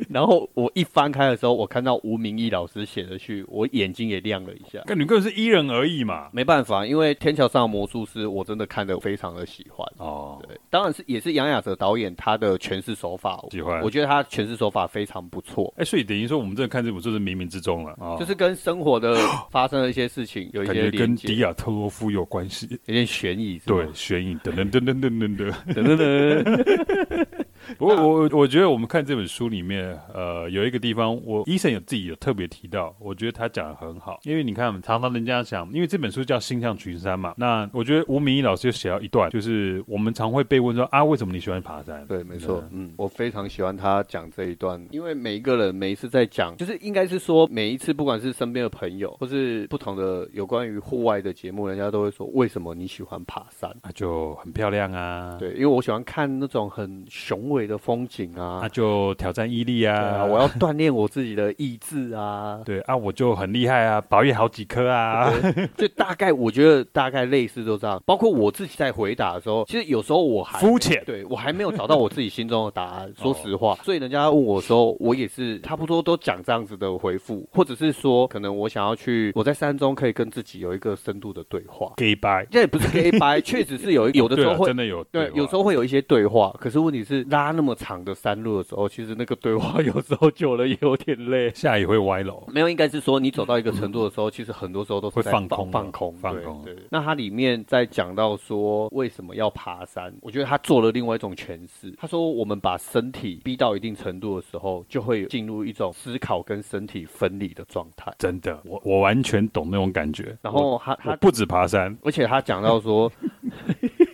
Speaker 2: 然后我一翻开的时候，我看到吴明义老师写的序，我眼睛也亮了一下。
Speaker 1: 跟你根本是因人而异嘛。
Speaker 2: 没办法，因为《天桥上的魔术师》我真的看得非常的喜欢。
Speaker 1: 哦，
Speaker 2: 对，当然是也是杨雅哲导演他的诠释手法，
Speaker 1: 喜欢
Speaker 2: 我觉得他诠释手法非常不错，
Speaker 1: 哎，所以等于说我们真的看这本书是冥冥之中了，哦
Speaker 2: 就是跟生 活的发生的一些事情有一
Speaker 1: 感
Speaker 2: 些
Speaker 1: 觉跟
Speaker 2: 连接，
Speaker 1: 迪亚特洛夫有关系。
Speaker 2: 有点悬疑。是吗
Speaker 1: 对，，悬疑等等等等等等 等。
Speaker 2: 等等等等，
Speaker 1: 不过我我觉得我们看这本书里面，呃，有一个地方，我医生有自己有特别提到，我觉得他讲的很好，因为你看，常常人家讲，因为这本书叫《星象群山》嘛，那我觉得吴明义老师就写到一段，就是我们常会被问说啊，为什么你喜欢爬山？
Speaker 2: 对，没错，嗯，我非常喜欢他讲这一段，因为每一个人每一次在讲，就是应该是说每一次，不管是身边的朋友，或是不同的有关于户外的节目，人家都会说为什么你喜欢爬山？
Speaker 1: 啊，就很漂亮啊，，
Speaker 2: 对，因为我喜欢看那种很雄伟的风景啊
Speaker 1: 啊，，就挑战毅力
Speaker 2: 对啊，
Speaker 1: 啊，
Speaker 2: 我要锻炼我自己的意志啊，
Speaker 1: 对啊，我就很厉害啊，保育好几颗啊，
Speaker 2: 就大概我觉得大概类似都这样，包括我自己在回答的时候，其实有时候我 还
Speaker 1: 肤浅，
Speaker 2: 对我还没有找到我自己心中的答案，说实
Speaker 1: 哦
Speaker 2: 话，所以人家问我的时候，我也是差不多都讲这样子的回复，或者是说，可能我想要去我在山中可以跟自己有一个深度的对话，
Speaker 1: 给白，
Speaker 2: 这也不是 gay 白，确实是有有的
Speaker 1: 对
Speaker 2: 时
Speaker 1: 啊
Speaker 2: 候，会
Speaker 1: 真。的有，
Speaker 2: 对，有时
Speaker 1: 候
Speaker 2: 候会有一些对话，可是问题是拉那么长的山路的时候，其实那个对话 有时候久了也有点累。
Speaker 1: 下也会歪楼，
Speaker 2: 没有，应该是说你走到一个程度的时候，其实很多时候都是
Speaker 1: 会
Speaker 2: 在
Speaker 1: 放空
Speaker 2: 放空、
Speaker 1: 放
Speaker 2: 对
Speaker 1: 空
Speaker 2: 对，那它里面在讲到说为什么要爬山，我觉得他做了另外一种诠释。他说，我们把身体逼到一定程度的时候，就会进入一种思考跟身体分离的状态。
Speaker 1: 真的，我我完全懂那种感觉。
Speaker 2: 然
Speaker 1: 我
Speaker 2: 后他
Speaker 1: 我
Speaker 2: 他，
Speaker 1: 不止爬山，
Speaker 2: 而且他讲到说，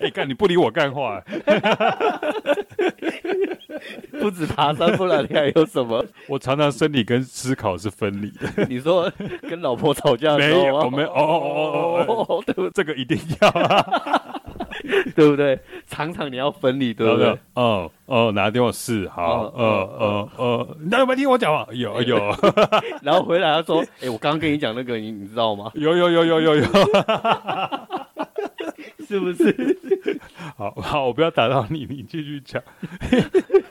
Speaker 1: 哎、干你不理我干话、
Speaker 2: 不止爬山，不然你还有什么？
Speaker 1: 我常常身体跟思考是分 离的。
Speaker 2: 你说跟老婆吵架的时
Speaker 1: 没有，
Speaker 2: 候
Speaker 1: 我
Speaker 2: 啊吗？
Speaker 1: 们哦哦哦哦哦，
Speaker 2: 哦，对不
Speaker 1: 这个一定要啊，
Speaker 2: 对不对？常常你要分离，对
Speaker 1: 对
Speaker 2: 不
Speaker 1: 不
Speaker 2: 对
Speaker 1: 对？？哦哦，哪个地方是好？
Speaker 2: 哦
Speaker 1: 呃呃呃，你有没有听我讲话？有 有
Speaker 2: 然后回来他说：“哎、我刚刚跟你讲那个，你你知道吗？
Speaker 1: 有有有有有有，
Speaker 2: 是不是？”
Speaker 1: 好好，我不要打扰你， 你继续讲。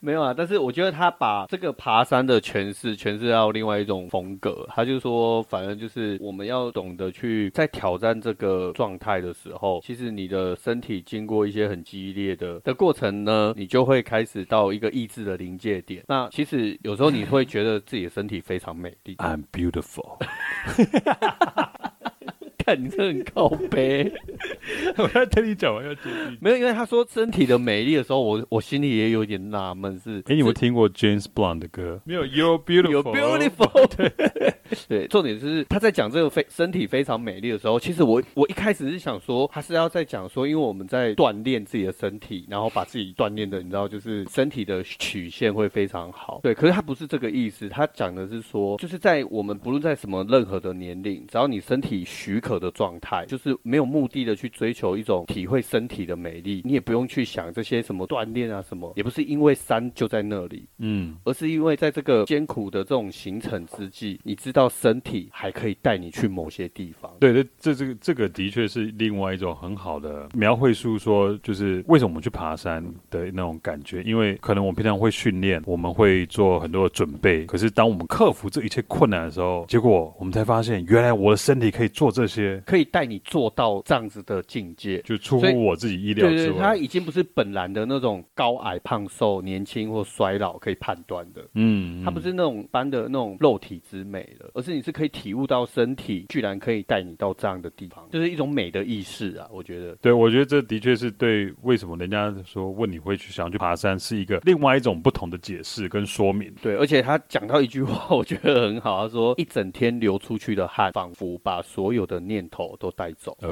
Speaker 2: 没有啊，但是我觉得他把这个爬山的诠释诠释到另外一种风格。他就说，反正就是我们要懂得去在挑战这个状态的时候，其实你的身体经过一些很激烈的的过程呢，你就会开始到一个意志的临界点。 那其实有时候你会啊 觉得自己的身体非常美丽，
Speaker 1: I'm beautiful，
Speaker 2: 看你真的很靠背。
Speaker 1: 我要等你讲完要接地。
Speaker 2: 没有，因为他说身体的美丽的时候，我我心里也有点纳闷，是
Speaker 1: 哎，你有没有听过 James Blunt 的歌？没有，You're beautiful。
Speaker 2: 有 beautiful，对对，重点就是他在讲这个非身体非常美丽的时候，其实我我一开始是想说，他是要在讲说，因为我们在锻炼自己的身体，然后把自己锻炼的，你知道，就是身体的曲线会非常好。对，可是他不是这个意思，他讲的是说，就是在我们不论在什么任何的年龄，只要你身体许可的状态，就是没有目的的去追求一种体会身体的美丽，你也不用去想这些什么锻炼啊什么，也不是因为山就在那里，
Speaker 1: 嗯，
Speaker 2: 而是因为在这个艰苦的这种行程之际，你知道身体还可以带你去某些地方。
Speaker 1: 对，这这这个这个的确是另外一种很好的描绘出说，就是为什么我们去爬山的那种感觉，因为可能我们平常会训练，我们会做很多的准备，可是当我们克服这一切困难的时候，结果我们才发现，原来我的身体可以做这些，
Speaker 2: 可以带你做到这样子的境界。
Speaker 1: 就出
Speaker 2: 所以
Speaker 1: 乎我自己意料
Speaker 2: 对对，
Speaker 1: 之
Speaker 2: 它
Speaker 1: 外。
Speaker 2: 已经不是本然的那种高矮胖瘦、年轻或衰老可以判断的，
Speaker 1: 嗯，
Speaker 2: 它不是那种般的那种肉体之美了，而是你是可以体悟到身体居然可以带你到这样的地方，就是一种美的意识啊！我觉得
Speaker 1: 对，我觉得这的确是对为什么人家说问你会去想去爬山，是一个另外一种不同的解释跟说明。
Speaker 2: 对，而且他讲到一句话，我觉得很好，他说一整天流出去的汗，仿佛把所有的念头都带走。
Speaker 1: 呃，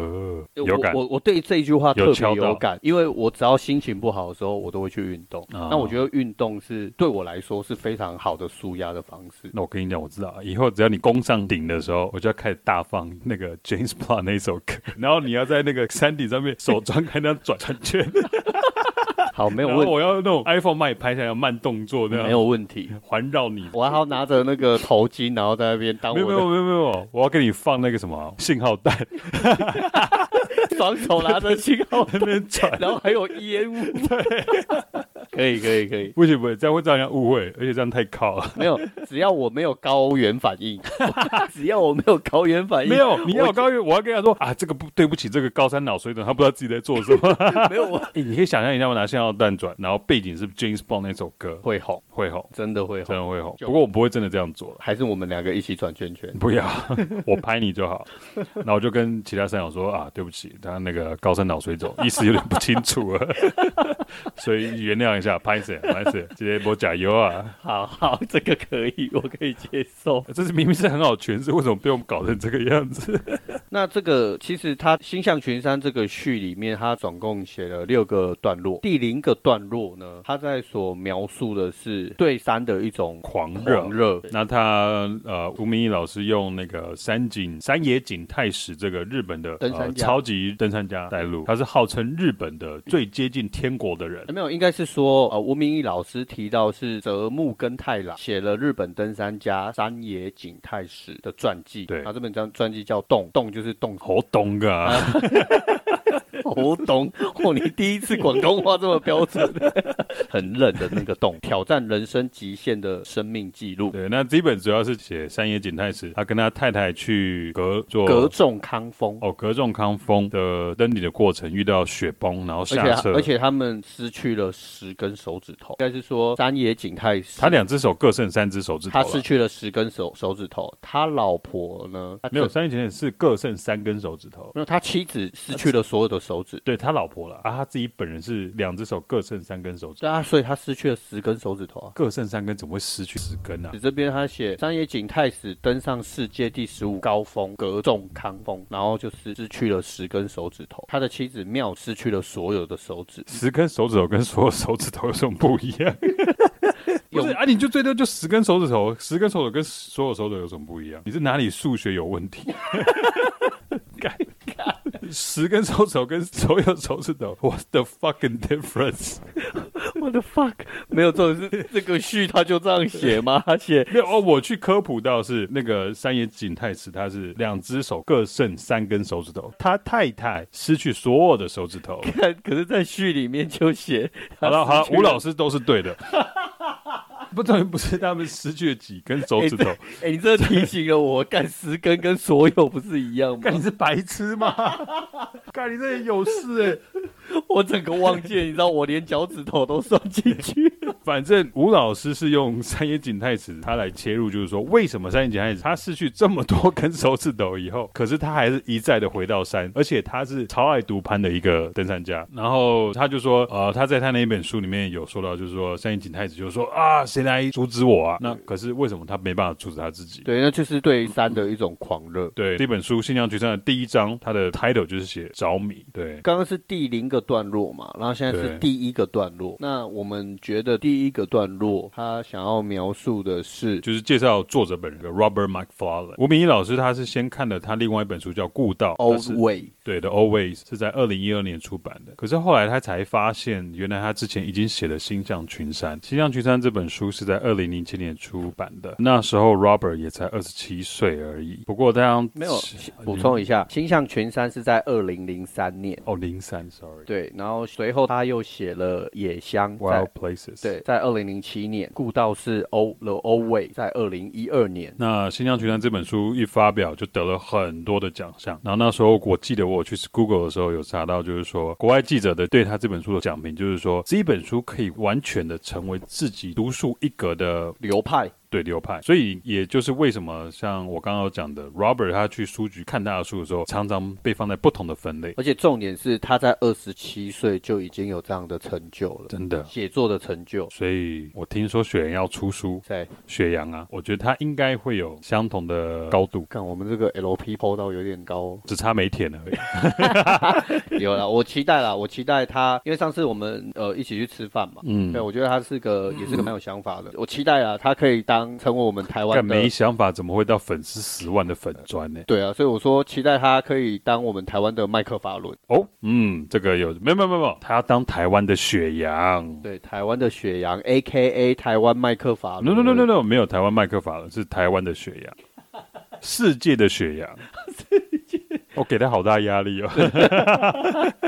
Speaker 2: 我
Speaker 1: 有感
Speaker 2: 我我对这一句话特
Speaker 1: 有
Speaker 2: 别
Speaker 1: 敲到
Speaker 2: 有感，因为我只要心情不好的时候，我都会去运动。
Speaker 1: 哦
Speaker 2: 那我觉得运动是对我来说是非常好的舒压的方式。
Speaker 1: 那我跟你讲，我知道，以后只要你攻上顶的时候，我就要开始大放那个 James Blunt 那一首歌， 然后你要在那个山顶上面手张开那样转转圈，
Speaker 2: 好，没有
Speaker 1: 然后
Speaker 2: 问
Speaker 1: 我要啊那种 iPhone 帮你拍下来慢动作那
Speaker 2: 没
Speaker 1: 样
Speaker 2: 有问题。
Speaker 1: 环绕你。
Speaker 2: 我还要拿着那个头巾，然后在那边当
Speaker 1: 没有
Speaker 2: 我
Speaker 1: 没有
Speaker 2: 的
Speaker 1: 没有没有，我要给你放那个什么信号弹，
Speaker 2: 双手拿着信号
Speaker 1: 在那边转，
Speaker 2: 然后还有烟雾。 可以可以可以，
Speaker 1: 不行不行，这样会让人家误会，而且这样太靠了。
Speaker 2: 没有，只要我没有高原反应， 只要我没有高原反应，
Speaker 1: 没有，你要高原，哎我要跟他说啊，这个不对不起，这个高山脑水肿，他不知道自己在做什么。
Speaker 2: 没有我
Speaker 1: 哎你可以想象一下，我拿信号弹转，然后背景是 James Bond 那首歌，
Speaker 2: 会红，
Speaker 1: 会吼，
Speaker 2: 真的会
Speaker 1: 真
Speaker 2: 红。
Speaker 1: 的会吼。
Speaker 2: 就
Speaker 1: 不过我不会真的这样做了。
Speaker 2: 还是我们两个一起转圈圈。
Speaker 1: 不要， 我拍你就好。那我就跟其他山友说啊，对不起，他那个高山脑水 肿，意思有点不清楚了， 所以原谅一下，拍谁啊拍谁，今天我加油啊！
Speaker 2: 好 好，这个可以， 我可以接受。
Speaker 1: 这是明明是很好诠释，为什么被我们搞成这个样子？
Speaker 2: 那这个其实它《星象群山》这个序里面，它总共写了六个段落。第零个段落呢，它在所描述的是对山的一种
Speaker 1: 狂热。
Speaker 2: 狂热。
Speaker 1: 那他呃，吴明义老师用那个山井山野井太史这个日本的
Speaker 2: 登山
Speaker 1: 呃、
Speaker 2: 家
Speaker 1: 超级登山家带路，他是号称日本的最接近天国的人
Speaker 2: 呃。没有，应该是说，呃，吴明义老师提到是泽木根太郎写了日本登山家山野景太史的传记。
Speaker 1: 对
Speaker 2: 他这本专传记叫《洞》，洞就是洞
Speaker 1: 好懂 啊！
Speaker 2: 喉懂哦，你第一次广东话这么标准， 很冷的那个洞，挑战人生极限的生命记录。
Speaker 1: 对，那这本主要是写山野景太史，他跟他太太去隔做
Speaker 2: 格仲康峰，
Speaker 1: 哦隔仲康峰的登顶的过程，遇到雪崩，然后
Speaker 2: 而
Speaker 1: 下
Speaker 2: 且
Speaker 1: 车，
Speaker 2: 而且他们失去了十根手指头，应该是说山野景太史
Speaker 1: 他两只手各剩三只手啊指头
Speaker 2: 他
Speaker 1: 啦，
Speaker 2: 失去了十根手手指头，他老婆呢他
Speaker 1: 没有山野景太史是各剩三根手指头。
Speaker 2: 没有他妻子失去了所有的手指，
Speaker 1: 对他老婆了啊，他自己本人是两只手各剩三根手指，
Speaker 2: 对啊，所以他失去了十根手指头啊。
Speaker 1: 各剩三根怎么会失去十根呢、啊？
Speaker 2: 这边他写山野景太史登上世界第十五高峰格仲康峰，然后就失失去了十根手指头。他的妻子妙失去了所有的手 指，
Speaker 1: 十根手指头跟所有手指头有什么不一 样？不是
Speaker 2: 有
Speaker 1: 啊，你就最多就十根手指头，十根手指头跟所有手指头有什么不一样？你是哪里数学有问题？干十根手指头跟所有手指头，What's the fucking difference？
Speaker 2: 我的 fuck，没有这种是这个序他就这样写吗？他写
Speaker 1: 没有哦，我去科普到是那个山野景太史，他是两只手各剩三根手指头，他太太失去所有的手指 头。
Speaker 2: 看，可是在序里面就写
Speaker 1: 好了好了，吴老
Speaker 2: 师，
Speaker 1: 师都是对的。不，重点不是他们失去了几根手指头，
Speaker 2: 哎、你这提醒了我，干十根跟所有不是一样吗
Speaker 1: 干？你是白痴 吗？干你这人有事哎、
Speaker 2: 我整个忘记了，你知道我连脚趾头都算进去了。
Speaker 1: 反正吴老师是用三叶景太子他来切入，就是说为什么三叶景太子他失去这么多 根手指头以后，可是他还是一再的回到山，而且他是超爱独攀的一个登山家。然后他就说，呃，他在他那一本书里面有说到，就是说三叶景太子就说啊，谁来阻止我啊？那可是为什么他没办法阻止他自己？
Speaker 2: 对，那就是对山的一种狂热。
Speaker 1: 对，这本书《信仰曲山》的第一章，它的 title 就是写着迷。对，
Speaker 2: 刚刚是第零个段落嘛，然后现在是
Speaker 1: 对
Speaker 2: 第一个段落。那我们觉得第一个段落，他想要描述的是，
Speaker 1: 就是介绍作者本人的 Robert McFarlane。吴明义老师他是先看了他另外一本书叫《故道》他
Speaker 2: Old
Speaker 1: 是
Speaker 2: Way，
Speaker 1: 对的，Always 是在二零一二年出版的。可是后来他才发现，原来他之前已经写了《星象群山》。《星象群山》这本书是在二零零七年出版的，那时候 Robert 也才二十七岁而已。不过他当
Speaker 2: 没有补充一下，《星象群山》是在二零零三年，
Speaker 1: 哦，零三，sorry，
Speaker 2: 对，然后随后他又写了《野乡》
Speaker 1: ，Wild
Speaker 2: 在。
Speaker 1: Places，
Speaker 2: 对，在二零零七年，故道是 O The O Way，在二零一二年，
Speaker 1: 那《新疆群山》这本书一发表就得了很多的奖项，然后那时候我记得我去 Google 的时候有查到，就是说国外记者的对他这本书的讲评，就是说这一本书可以完全的成为自己独树一格的
Speaker 2: 流派
Speaker 1: 对流派，所以也就是为什么像我刚刚有讲的 Robert 他去书局看他的书的时候，常常被放在不同的分类，
Speaker 2: 而且重点是他在二十七岁就已经有这样的成就了，
Speaker 1: 真的。
Speaker 2: 写作的成就。
Speaker 1: 所以我听说雪人要出书，
Speaker 2: 在
Speaker 1: 雪阳啊，我觉得他应该会有相同的高度，
Speaker 2: 看我们这个 LP 抛到有点高哦，
Speaker 1: 只差没舔而已。
Speaker 2: 有啦，我期待啦，我期待他，因为上次我们呃一起去吃饭嘛，
Speaker 1: 嗯
Speaker 2: 对，我觉得他是个也是个蛮有想法的，我期待啊，他可以当成为我们台
Speaker 1: 但
Speaker 2: 湾
Speaker 1: 没
Speaker 2: 的，
Speaker 1: 想法怎么会到粉丝十万的粉砖呢？
Speaker 2: 对啊，所以我说期待他可以当我们台湾的麦克法伦，
Speaker 1: 哦，嗯，这个有没有没有没有没有，他要当台湾的雪羊。
Speaker 2: 对，台湾的雪羊 A K A 台湾麦克法伦
Speaker 1: No no no no no，没有台湾麦克法了，是台湾的雪 羊，世界的雪羊。我给他好大压力哦，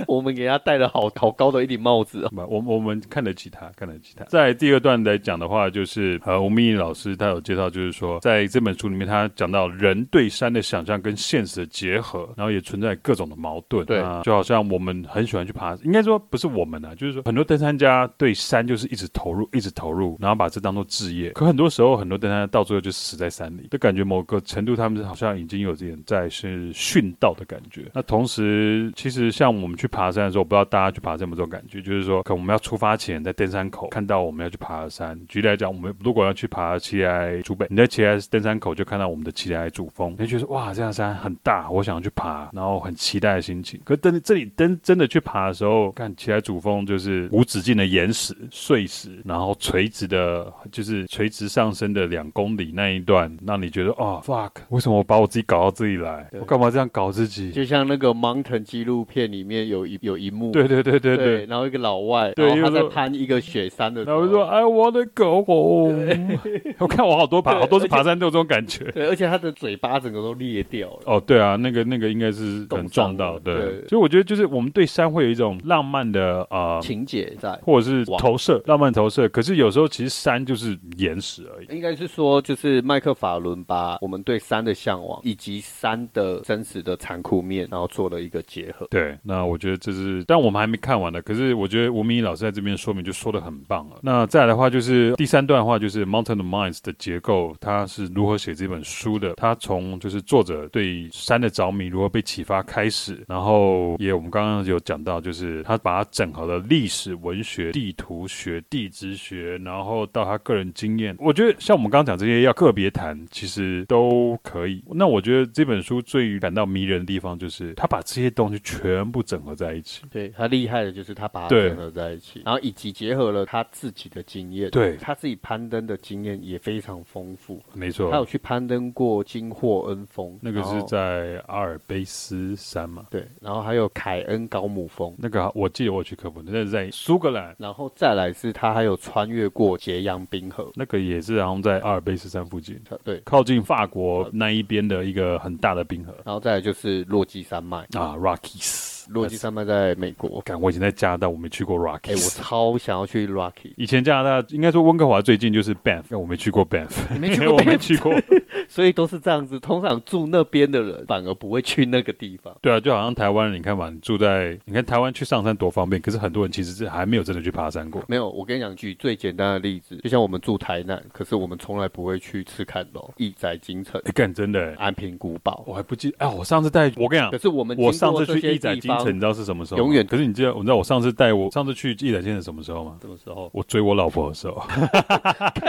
Speaker 2: 我们给他戴了好好高的一顶帽子哦，
Speaker 1: 不 我我们看得起他，看得起他。在第二段来讲的话，就是呃，吴明义老师他有介绍，就是说在这本书里面，他讲到人对山的想象跟现实的结合，然后也存在各种的矛盾。
Speaker 2: 对
Speaker 1: 啊，就好像我们很喜欢去爬，应该说不是我们啊，就是说很多登山家对山就是一直投入，一直投入，然后把这当做置业。可很多时候，很多登山家到最后就死在山里，就感觉某个程度他们好像已经有点在是殉道的感觉。那同时，其实像我们去爬山的时候，我不知道大家去爬山有没有这种感觉，就是说，可能我们要出发前在登山口看到我们要去爬的山。举例来讲，我们如果要去爬奇来竹北，你在奇来登山口就看到我们的奇来主峰，你就觉得哇，这样山很大，我想要去爬，然后很期待的心情。可是登这里登真的去爬的时候，看奇来主峰就是无止境的岩石、碎石，然后垂直的，就是垂直上升的两公里那一段，让你觉得哦 fuck，为什么我把我自己搞到这里来？
Speaker 2: 对
Speaker 1: 我干嘛这样搞自己？
Speaker 2: 就像那个 Mountain 纪录片里面有一有一幕，
Speaker 1: 对对对对对。
Speaker 2: 然后一个老外，
Speaker 1: 对
Speaker 2: 然后
Speaker 1: 因
Speaker 2: 他
Speaker 1: 为
Speaker 2: 在
Speaker 1: 说
Speaker 2: 攀一个雪山的时
Speaker 1: 然
Speaker 2: 候，
Speaker 1: 后我就说：“哎，我的狗，home。我看我好多爬，
Speaker 2: 对
Speaker 1: 好多是爬山都有这种感觉。
Speaker 2: 对，而且他的嘴巴整个都裂掉了。
Speaker 1: 哦，对啊，那个那个应该是
Speaker 2: 冻
Speaker 1: 很撞
Speaker 2: 伤
Speaker 1: 到，
Speaker 2: 了
Speaker 1: 对。
Speaker 2: 对
Speaker 1: 所以我觉得就是我们对山会有一种浪漫的啊、呃
Speaker 2: 情节在，
Speaker 1: 或者是
Speaker 2: 哇
Speaker 1: 投射，浪漫投射。可是有时候其实山就是岩石而已。
Speaker 2: 应该是说，就是麦克法伦把我们对山的向往以及山的真实的残酷面，然后做了一个结合。
Speaker 1: 对，那我觉得这是，但我们还没看完呢。可是我觉得吴明义老师在这边说明就说的很棒了。那再来的话，就是第三段的话，就是《Mountain of Minds》的结构，它是如何写这本书的？它从就是作者对山的着迷如何被启发开始，然后也我们刚刚有讲到，就是他把它整合了历史、文学、地图学、地质学，然后到他个人经验。我觉得像我们刚刚讲这些要个别谈，其实都可以。那我觉得这本书最感到迷人的地方，就是他把这些东西全部整合在一起。
Speaker 2: 对他厉害的就是他把它
Speaker 1: 对
Speaker 2: 整合在一起，然后以及结合了他自己的经验，
Speaker 1: 对
Speaker 2: 他自己攀登的经验也非常丰富。
Speaker 1: 没
Speaker 2: 他有
Speaker 1: 错，
Speaker 2: 去攀登过金霍恩峰，
Speaker 1: 那个
Speaker 2: 然
Speaker 1: 是
Speaker 2: 后
Speaker 1: 在阿尔卑斯山嘛？
Speaker 2: 对，然后还有凯恩高姆峰，
Speaker 1: 那个我记得我去科普，那是在苏格兰，
Speaker 2: 然后再来是他还有穿越过揭阳冰河，
Speaker 1: 那个也是好像在阿尔卑斯山附近，
Speaker 2: 他对，
Speaker 1: 靠近法国那一边的一个很大的冰河
Speaker 2: 然后再来就是落基山脉，
Speaker 1: 啊，Rockies。
Speaker 2: 落基山脉在美国，
Speaker 1: 干，我以前在加拿大，我没去过
Speaker 2: 哎、我
Speaker 1: Rockies。
Speaker 2: 超想要去 Rocky，
Speaker 1: 以前加拿大应该说温哥华最近就是 Banff，但我没去过 Banff，
Speaker 2: 你没去过
Speaker 1: 我没
Speaker 2: Banff？
Speaker 1: 去过。
Speaker 2: 所以都是这样子。通常住那边的人反而不会去那个地方。
Speaker 1: 对啊，就好像台湾，你看嘛，你住在，你看台湾去上山多方便，可是很多人其实是还没有真的去爬山过。
Speaker 2: 没有，我跟你讲，举最简单的例子，就像我们住台南，可是我们从来不会去赤坎楼、义载京城、
Speaker 1: 哎，干真的欸，
Speaker 2: 安平古堡。
Speaker 1: 我还不记，哎，我上次带我跟你讲
Speaker 2: 可，是我们
Speaker 1: 我
Speaker 2: 经
Speaker 1: 上
Speaker 2: 过
Speaker 1: 次
Speaker 2: 这
Speaker 1: 去
Speaker 2: 些
Speaker 1: 义载
Speaker 2: 地
Speaker 1: 京
Speaker 2: 方
Speaker 1: 城，你知道是什么时候吗？
Speaker 2: 永远
Speaker 1: 可是你知道，我知道我上次带我上次去义载京城什么时候吗？
Speaker 2: 什么时候？
Speaker 1: 我追我老婆的时 候，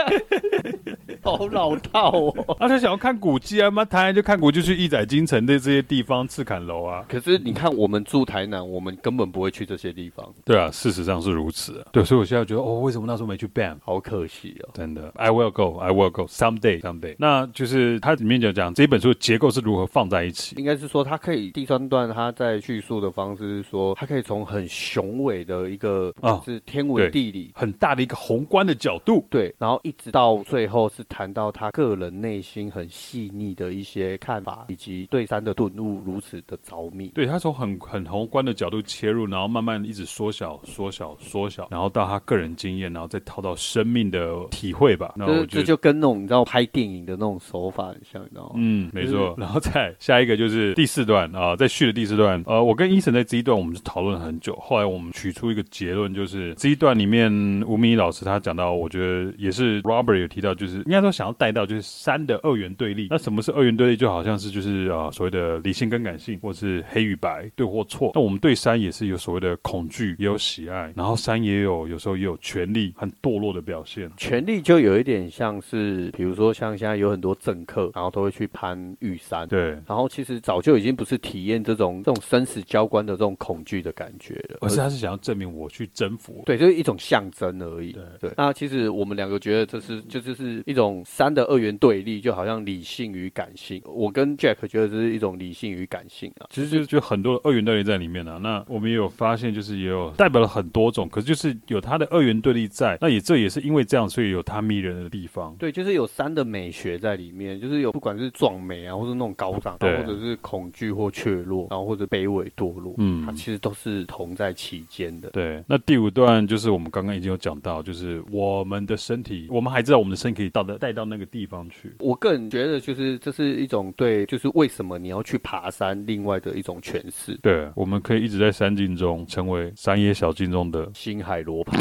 Speaker 2: 好老套哦。
Speaker 1: 而且想要看古迹啊，妈台南就看古迹，去义载京城的这些地方，赤坎楼啊，
Speaker 2: 可是你看，我们住台南，我们根本不会去这些地方，
Speaker 1: 对啊，事实上是如此啊。对，所以我现在觉得，哦，为什么那时候没去 BAM？
Speaker 2: 好可惜哦。
Speaker 1: 真的，I will go, I will go someday, someday。那就是它里面就讲这一本书的结构是如何放在一起。
Speaker 2: 应该是说，它可以第三段，它在叙述的方式是说，它可以从很雄伟的一个
Speaker 1: 啊
Speaker 2: 就是天文
Speaker 1: 对
Speaker 2: 地理。
Speaker 1: 很大的一个宏观的角度，
Speaker 2: 对，然后一直到最后是谈到他个人内心很细腻的一些看法，以及对山的顿悟如此的着迷。
Speaker 1: 对他从很很宏观的角度切入，然后慢慢一直缩小、缩小、缩小，然后到他个人经验，然后再套到生命的体会吧。那
Speaker 2: 这
Speaker 1: 我
Speaker 2: 这
Speaker 1: 觉得，
Speaker 2: 就跟那种你知道拍电影的那种手法很像，你知道吗？
Speaker 1: 嗯，没错
Speaker 2: 就。
Speaker 1: 然后再下一个就是第四段啊、在续的第四段，呃，我跟医生在这一段我们是讨论了很久，后来我们取出一个结论，就是这一段里面吴明义老师他讲到，我觉得也是 Robert 有提到，就是应该说想要带到就是三的二元对立。那什么是二元对立？就好像是就是啊、呃所谓的理性跟感性，或是黑与白，对或错。那我们对山也是有所谓的恐惧，也有喜爱，然后山也有有时候也有权力和堕落的表现。
Speaker 2: 权力就有一点像是，比如说像现在有很多政客，然后都会去攀玉山，
Speaker 1: 对，
Speaker 2: 然后其实早就已经不是体验这种这种生死交关的这种恐惧的感觉了，
Speaker 1: 而是他是想要证明我去征服。
Speaker 2: 对，就是一种象征而已。
Speaker 1: 对
Speaker 2: 那其实我们两个觉得这是就就是一种三的二元对立，就好像理性与感性。我跟 Jack 觉得这是一种理性与感性啊。
Speaker 1: 其实就就很多的二元对立在里面啊。那我们也有发现，就是也有代表了很多种，可是就是有它的二元对立在。那也这也是因为这样，所以有它迷人的地方。
Speaker 2: 对，就是有三的美学在里面，就是有不管是壮美啊，或是那种高涨，
Speaker 1: 对
Speaker 2: 然后或者是恐惧或怯弱，然后或者卑微堕落，
Speaker 1: 嗯
Speaker 2: 它其实都是同在其间的。
Speaker 1: 对，那第五段就是我们刚刚已经有讲到，就是我们的身体，我们还知道我们的身体到的带到那个地方去。
Speaker 2: 我个人觉得，就是这是一种对，就是为什么你要去爬山，另外的一种诠释。
Speaker 1: 对，我们可以一直在山径中成为山野小径中的，
Speaker 2: 星海罗盘，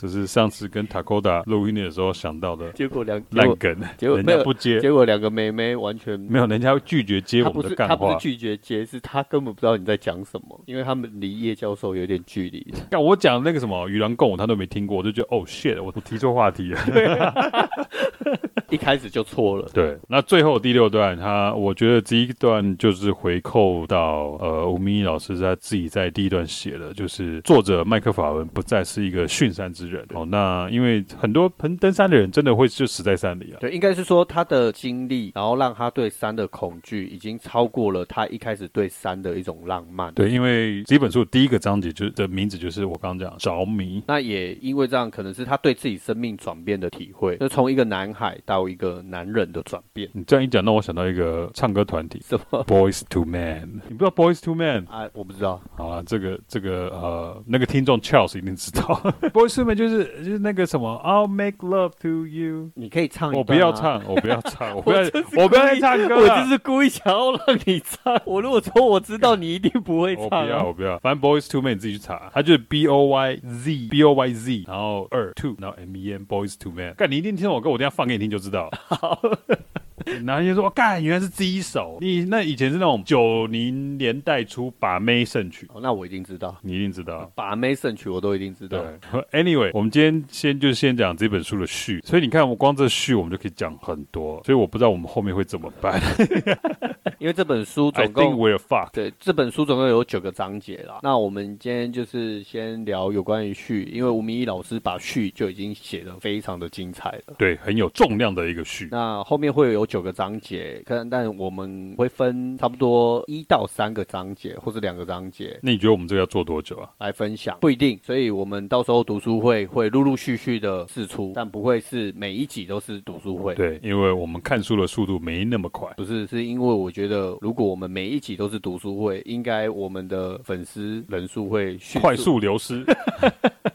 Speaker 1: 这是上次跟 Takoda 录音的时候想到的
Speaker 2: 结果两结
Speaker 1: 烂
Speaker 2: 果
Speaker 1: 梗，
Speaker 2: 结果
Speaker 1: 人
Speaker 2: 没
Speaker 1: 家
Speaker 2: 有
Speaker 1: 不接，
Speaker 2: 结果两个妹妹完全
Speaker 1: 没有，人家会拒绝接
Speaker 2: 她
Speaker 1: 我
Speaker 2: 不
Speaker 1: 们
Speaker 2: 是
Speaker 1: 的
Speaker 2: 她
Speaker 1: 干
Speaker 2: 不是
Speaker 1: 话。
Speaker 2: 拒绝接，是她根本不知道你在讲什么，因为他们离叶教授有点距离。
Speaker 1: 干我讲那个什么与狼共舞，他都没听过，我就觉得哦 shit，我我提错话题了。
Speaker 2: 一开始就错了。
Speaker 1: 对，那最后第六段，他我觉得这一段就是回扣到呃吴明义老师他自己在第一段写的，就是作者麦克法文不再是一个驯山之人。哦，那因为很多登登山的人真的会就死在山里啊。
Speaker 2: 对，应该是说他的经历，然后让他对山的恐惧已经超过了他一开始对山的一种浪漫。
Speaker 1: 对，因为这本书第一个章节就是的名字就是我刚刚讲着迷，
Speaker 2: 那也因为这样，可能是他对自己生命转变的体会，就从一个男孩到一个男人的转变。
Speaker 1: 你这样一讲，让我想到一个唱歌团体
Speaker 2: 什么
Speaker 1: Boys to Man，你不知道 Boys to Man？
Speaker 2: 啊？我不知道。
Speaker 1: 好了，这个这个呃，那个听众 Charles 一定知 道，Boys 们就是就是那个什么，I'll make love to you。
Speaker 2: 你可以唱一段、啊
Speaker 1: 我不要，唱，我不要 唱，我不要
Speaker 2: 我真是，
Speaker 1: 我不要再
Speaker 2: 故意
Speaker 1: 唱歌
Speaker 2: 我
Speaker 1: 了
Speaker 2: 就。是故意想要让你唱。我如果说我知道，你一定不会
Speaker 1: 我
Speaker 2: 唱、啊
Speaker 1: 不要，我不要。反正 Boys to Man 你自己去查，它就是 B O Y Z B O Y Z，然后二 two，然后 M E N Boys to Man。干，你一定听我歌，我等一下放给你听就知 道。然后就说，哦干，原来是这一首。你那以前是那种九零年代初把妹圣曲，
Speaker 2: 哦，那我一定知道。
Speaker 1: 你一定知道。
Speaker 2: 把妹圣曲我都一定知道
Speaker 1: 对。，Anyway，我们 今天先就先讲这本书的序，所以你看，我光这序我们就可以讲很多，所以我不知道我们后面会怎么 办。
Speaker 2: 因为这本书
Speaker 1: I
Speaker 2: 总
Speaker 1: think
Speaker 2: 共
Speaker 1: we're fucked。
Speaker 2: 对这本书总共有九个章节啦。那我们今天就是先聊有关于序，因为吴明义老师把序就已经写得非常的精彩了。
Speaker 1: 对，很有重量的一个序。
Speaker 2: 那后面会有九个章节，可能但我们会分差不多一到三个章节，或是两个章节
Speaker 1: 那你觉得我们这个要做多久啊？
Speaker 2: 来分享，不一定。所以我们到时候读书会会陆陆续续的试出，但不会是每一集都是读书会。
Speaker 1: 对，因为我们看书的速度没那么快。
Speaker 2: 不是，是因为我觉得，如果我们每一集都是读书会，应该我们的粉丝人数会迅
Speaker 1: 快速流失，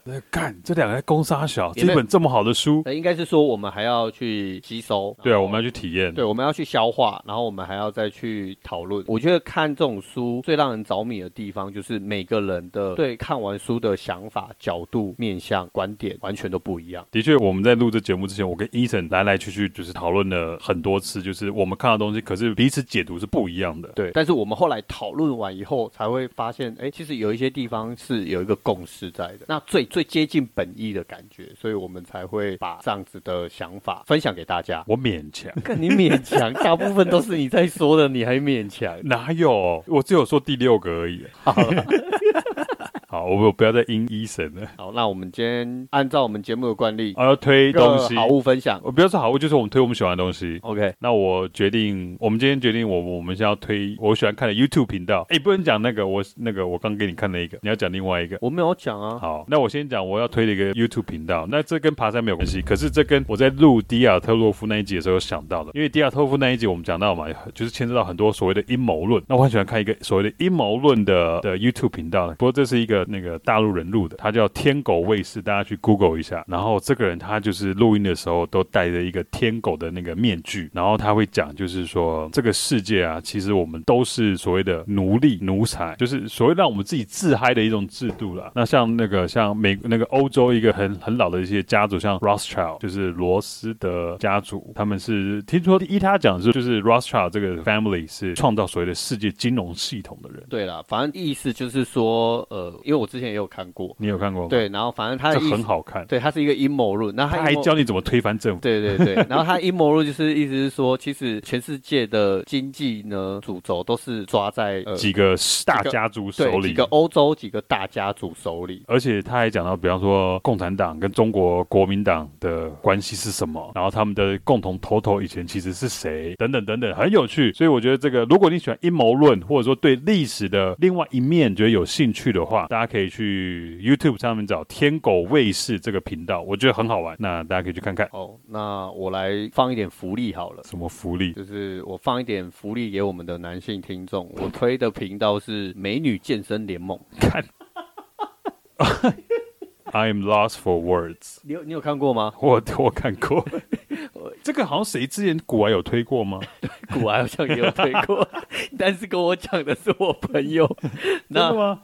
Speaker 1: 那干这两个在攻杀小，
Speaker 2: 也没
Speaker 1: 这本这么好的书，
Speaker 2: 呃那应该是说我们还要去吸收，
Speaker 1: 对啊，
Speaker 2: 然后
Speaker 1: 我们要去体验。
Speaker 2: 对，我们要去消化，然后我们还要再去讨论。我觉得看这种书最让人着迷的地方，就是每个人的对看完书的想法、角度、面向、观点完全都不一样。
Speaker 1: 的确，我们在录这节目之前，我跟 Eason 来来去去就是讨论了很多次，就是我们看到的东西，可是彼此解读是不一样的。
Speaker 2: 对，但是我们后来讨论完以后，才会发现，哎，其实有一些地方是有一个共识在的，那最最接近本意的感觉，所以我们才会把这样子的想法分享给大 家。
Speaker 1: 我勉强
Speaker 2: 看你勉 强，大部分都是你在说的，你还勉强。
Speaker 1: 哪有？我只有说第六个而已。好，我我不要再阴 Eason 了。
Speaker 2: 好，那我们今天按照我们节目的惯例，
Speaker 1: 我要推
Speaker 2: 一
Speaker 1: 东
Speaker 2: 个
Speaker 1: 西，
Speaker 2: 好物分享。
Speaker 1: 我不要说好物，就是我们推我们喜欢的东西。
Speaker 2: OK，
Speaker 1: 那我决定，我们今天决定我，我们先要推我喜欢看的 YouTube 频道。哎，不能讲那个，我那个我刚给你看的一个，你要讲另外一个。
Speaker 2: 我没有讲啊。
Speaker 1: 好，那我先讲我要推的一个 YouTube 频道。那这跟爬山没有关系，可是这跟我在录迪亚特洛夫那一集的时候有想到的，因为迪亚特洛夫那一集我们讲到嘛，就是牵涉到很多所谓的阴谋论。那我很喜欢看一个所谓的阴谋论的的 YouTube 频道，不过这是一个那个大陆人录的，他叫天狗卫视，大家去 Google 一下。然后这个人他就是录音的时候都戴着一个天狗的那个面具，然后他会讲，就是说这个世界啊，其实我们都是所谓的奴隶、奴才，就是所谓让我们自己自嗨的一种制度啦。那像那个像美那个欧洲一个很很老的一些家族，像 Rothschild，就是罗斯的家族，他们是听说依他讲是就是 Rothschild 这个 family 是创造所谓的世界金融系统的人，
Speaker 2: 对了，反正意思就是说，呃，因为我之前也有看过，
Speaker 1: 你有看过吗？，
Speaker 2: 对，然后反正他
Speaker 1: 这
Speaker 2: 的意思
Speaker 1: 很，好看，
Speaker 2: 对，他是一个阴谋论，那
Speaker 1: 他
Speaker 2: 他
Speaker 1: 还
Speaker 2: 阴谋
Speaker 1: 教你怎么推翻政府。
Speaker 2: 对对对， 然后他阴谋论就是意思是说，其实全世界的经济呢主轴都是抓在呃
Speaker 1: 几个大
Speaker 2: 几个
Speaker 1: 家族手
Speaker 2: 对
Speaker 1: 里，
Speaker 2: 几个欧洲几个大家族手里，
Speaker 1: 而且他还讲到，比方说共产党跟中国国民党的关系是什么，然后他们的共同头头以前其实是谁，等等等等，很有趣。所以我觉得这个，如果你喜欢阴谋论，或者说对历史的另外一面觉得有兴趣的话，大家可以去 YouTube 上面找“天狗卫视”这个频道，我觉得很好玩。那大家可以去看看
Speaker 2: 哦，那我来放一点福利好了。
Speaker 1: 什么福利。
Speaker 2: 就是我放一点福利给我们的男性听众，我推的频道是美女健身联盟。
Speaker 1: I am lost for words
Speaker 2: 你有你有看过吗？
Speaker 1: 我。我看过，这个好像谁之前古玩有推过吗？
Speaker 2: 古玩好像也有推过， 但是跟我讲的是我朋友。
Speaker 1: 真的
Speaker 2: 那
Speaker 1: 吗？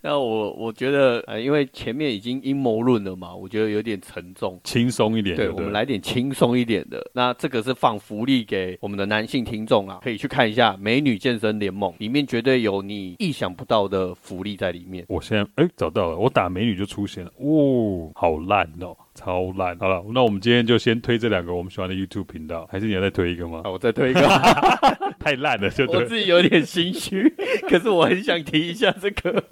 Speaker 2: 那我我觉得，呃，因为前面已经阴谋论了嘛，我觉得有点沉重。
Speaker 1: 轻松一点，
Speaker 2: 对
Speaker 1: 不
Speaker 2: 我们来点轻松一点的。那这个是放福利给我们的男性听众啊，可以去看一下《美女健身联盟》，里面绝对有你意想不到的福利在里面。
Speaker 1: 我现在哎找到了，我打美女就出现了，哦，好烂哦，超烂。好了，那我们今天就先推这两个我们喜欢的 YouTube 频道，还是你要再推一个吗？
Speaker 2: 啊，我再推一个，
Speaker 1: 太烂了，就
Speaker 2: 我
Speaker 1: 对了。
Speaker 2: 自己有点心虚，可是我很想提一下这个，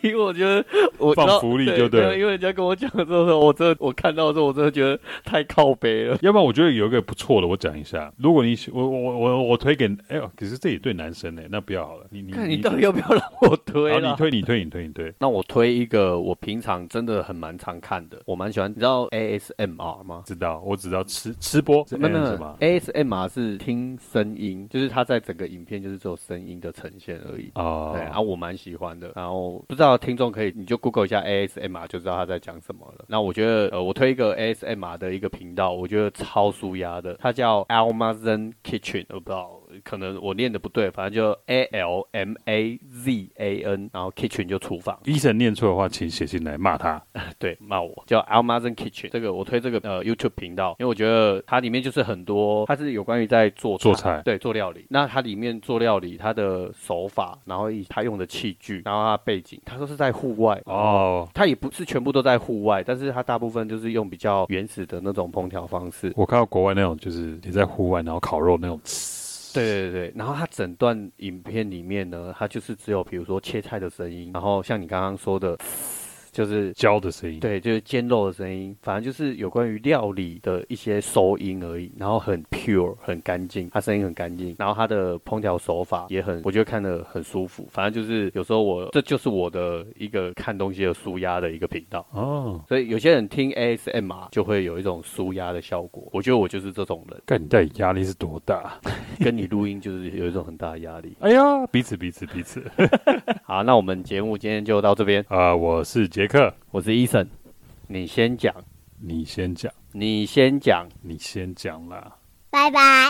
Speaker 2: 因为我觉得我
Speaker 1: 放
Speaker 2: 知道
Speaker 1: 福利
Speaker 2: 对
Speaker 1: 就对了
Speaker 2: 对，因为人家跟我讲的时候，我真的我看到的时候，我真的觉得太靠北了。
Speaker 1: 要不然我觉得有一个不错的，我讲一下。如果你喜我我我我我推给哎呦，可是这也对男生呢，那不要好了。你你
Speaker 2: 看你到底要不要让我推
Speaker 1: 好，
Speaker 2: 了
Speaker 1: 你？推你推你推你推。
Speaker 2: 那我推一个我平常真的很蛮常看的，我蛮喜欢，你知道 ASMR 吗？
Speaker 1: 知道，我只知道吃吃播是
Speaker 2: 没有没
Speaker 1: 什
Speaker 2: 有
Speaker 1: 么
Speaker 2: ，ASMR 是听声音，就是它在整个影片就是只有声音的呈现而已。
Speaker 1: 哦
Speaker 2: 对啊，我蛮喜欢的。然后不知道听众可以，你就 Google 一下 ASMR 就知道他在讲什么了。那我觉得，呃，我推一个 ASMR 的一个频道，我觉得超舒压的，它叫 Almazen Kitchen，我不知道，可能我念的不对，反正就 A L M A Z A N，然后 Kitchen 就厨房。
Speaker 1: 医生念错的话，请写信来骂他。
Speaker 2: 对，骂我叫 Almazen Kitchen，这个我推这个呃 YouTube 频道，因为我觉得它里面就是很多，它是有关于在做
Speaker 1: 做菜
Speaker 2: 对，做料理。那它里面做料理，它的手法，然后以它用的器具，然后它的背景，它都是在户外。
Speaker 1: 哦，
Speaker 2: 它也不是全部都在户外，但是它大部分就是用比较原始的那种烹调方式。
Speaker 1: 我看到国外那种就是你在户外然后烤肉那种，
Speaker 2: 对对对对，然后它整段影片里面呢，它就是只有比如说切菜的声音，然后像你刚刚说的，就是
Speaker 1: 焦的声音。
Speaker 2: 对，就是煎肉的声音，反正就是有关于料理的一些收音而已，然后很 pure，很干净，它声音很干净，然后它的烹调手法也很，我觉得看得很舒服。反正就是有时候我这就是我的一个看东西的舒压的一个频道。
Speaker 1: 哦，
Speaker 2: 所以有些人听 ASMR 就会有一种舒压的效果，我觉得我就是这种人，
Speaker 1: 干你到底压力是多大？。
Speaker 2: 跟你录音就是有一种很大的压力
Speaker 1: 哎呀，彼此彼此彼此。
Speaker 2: 好，那我们节目今天就到这边，
Speaker 1: 啊、我是杰杰克，
Speaker 2: 我是 Eason，你先讲，
Speaker 1: 你先讲，
Speaker 2: 你先讲。
Speaker 1: 你先讲啦。
Speaker 3: 拜拜。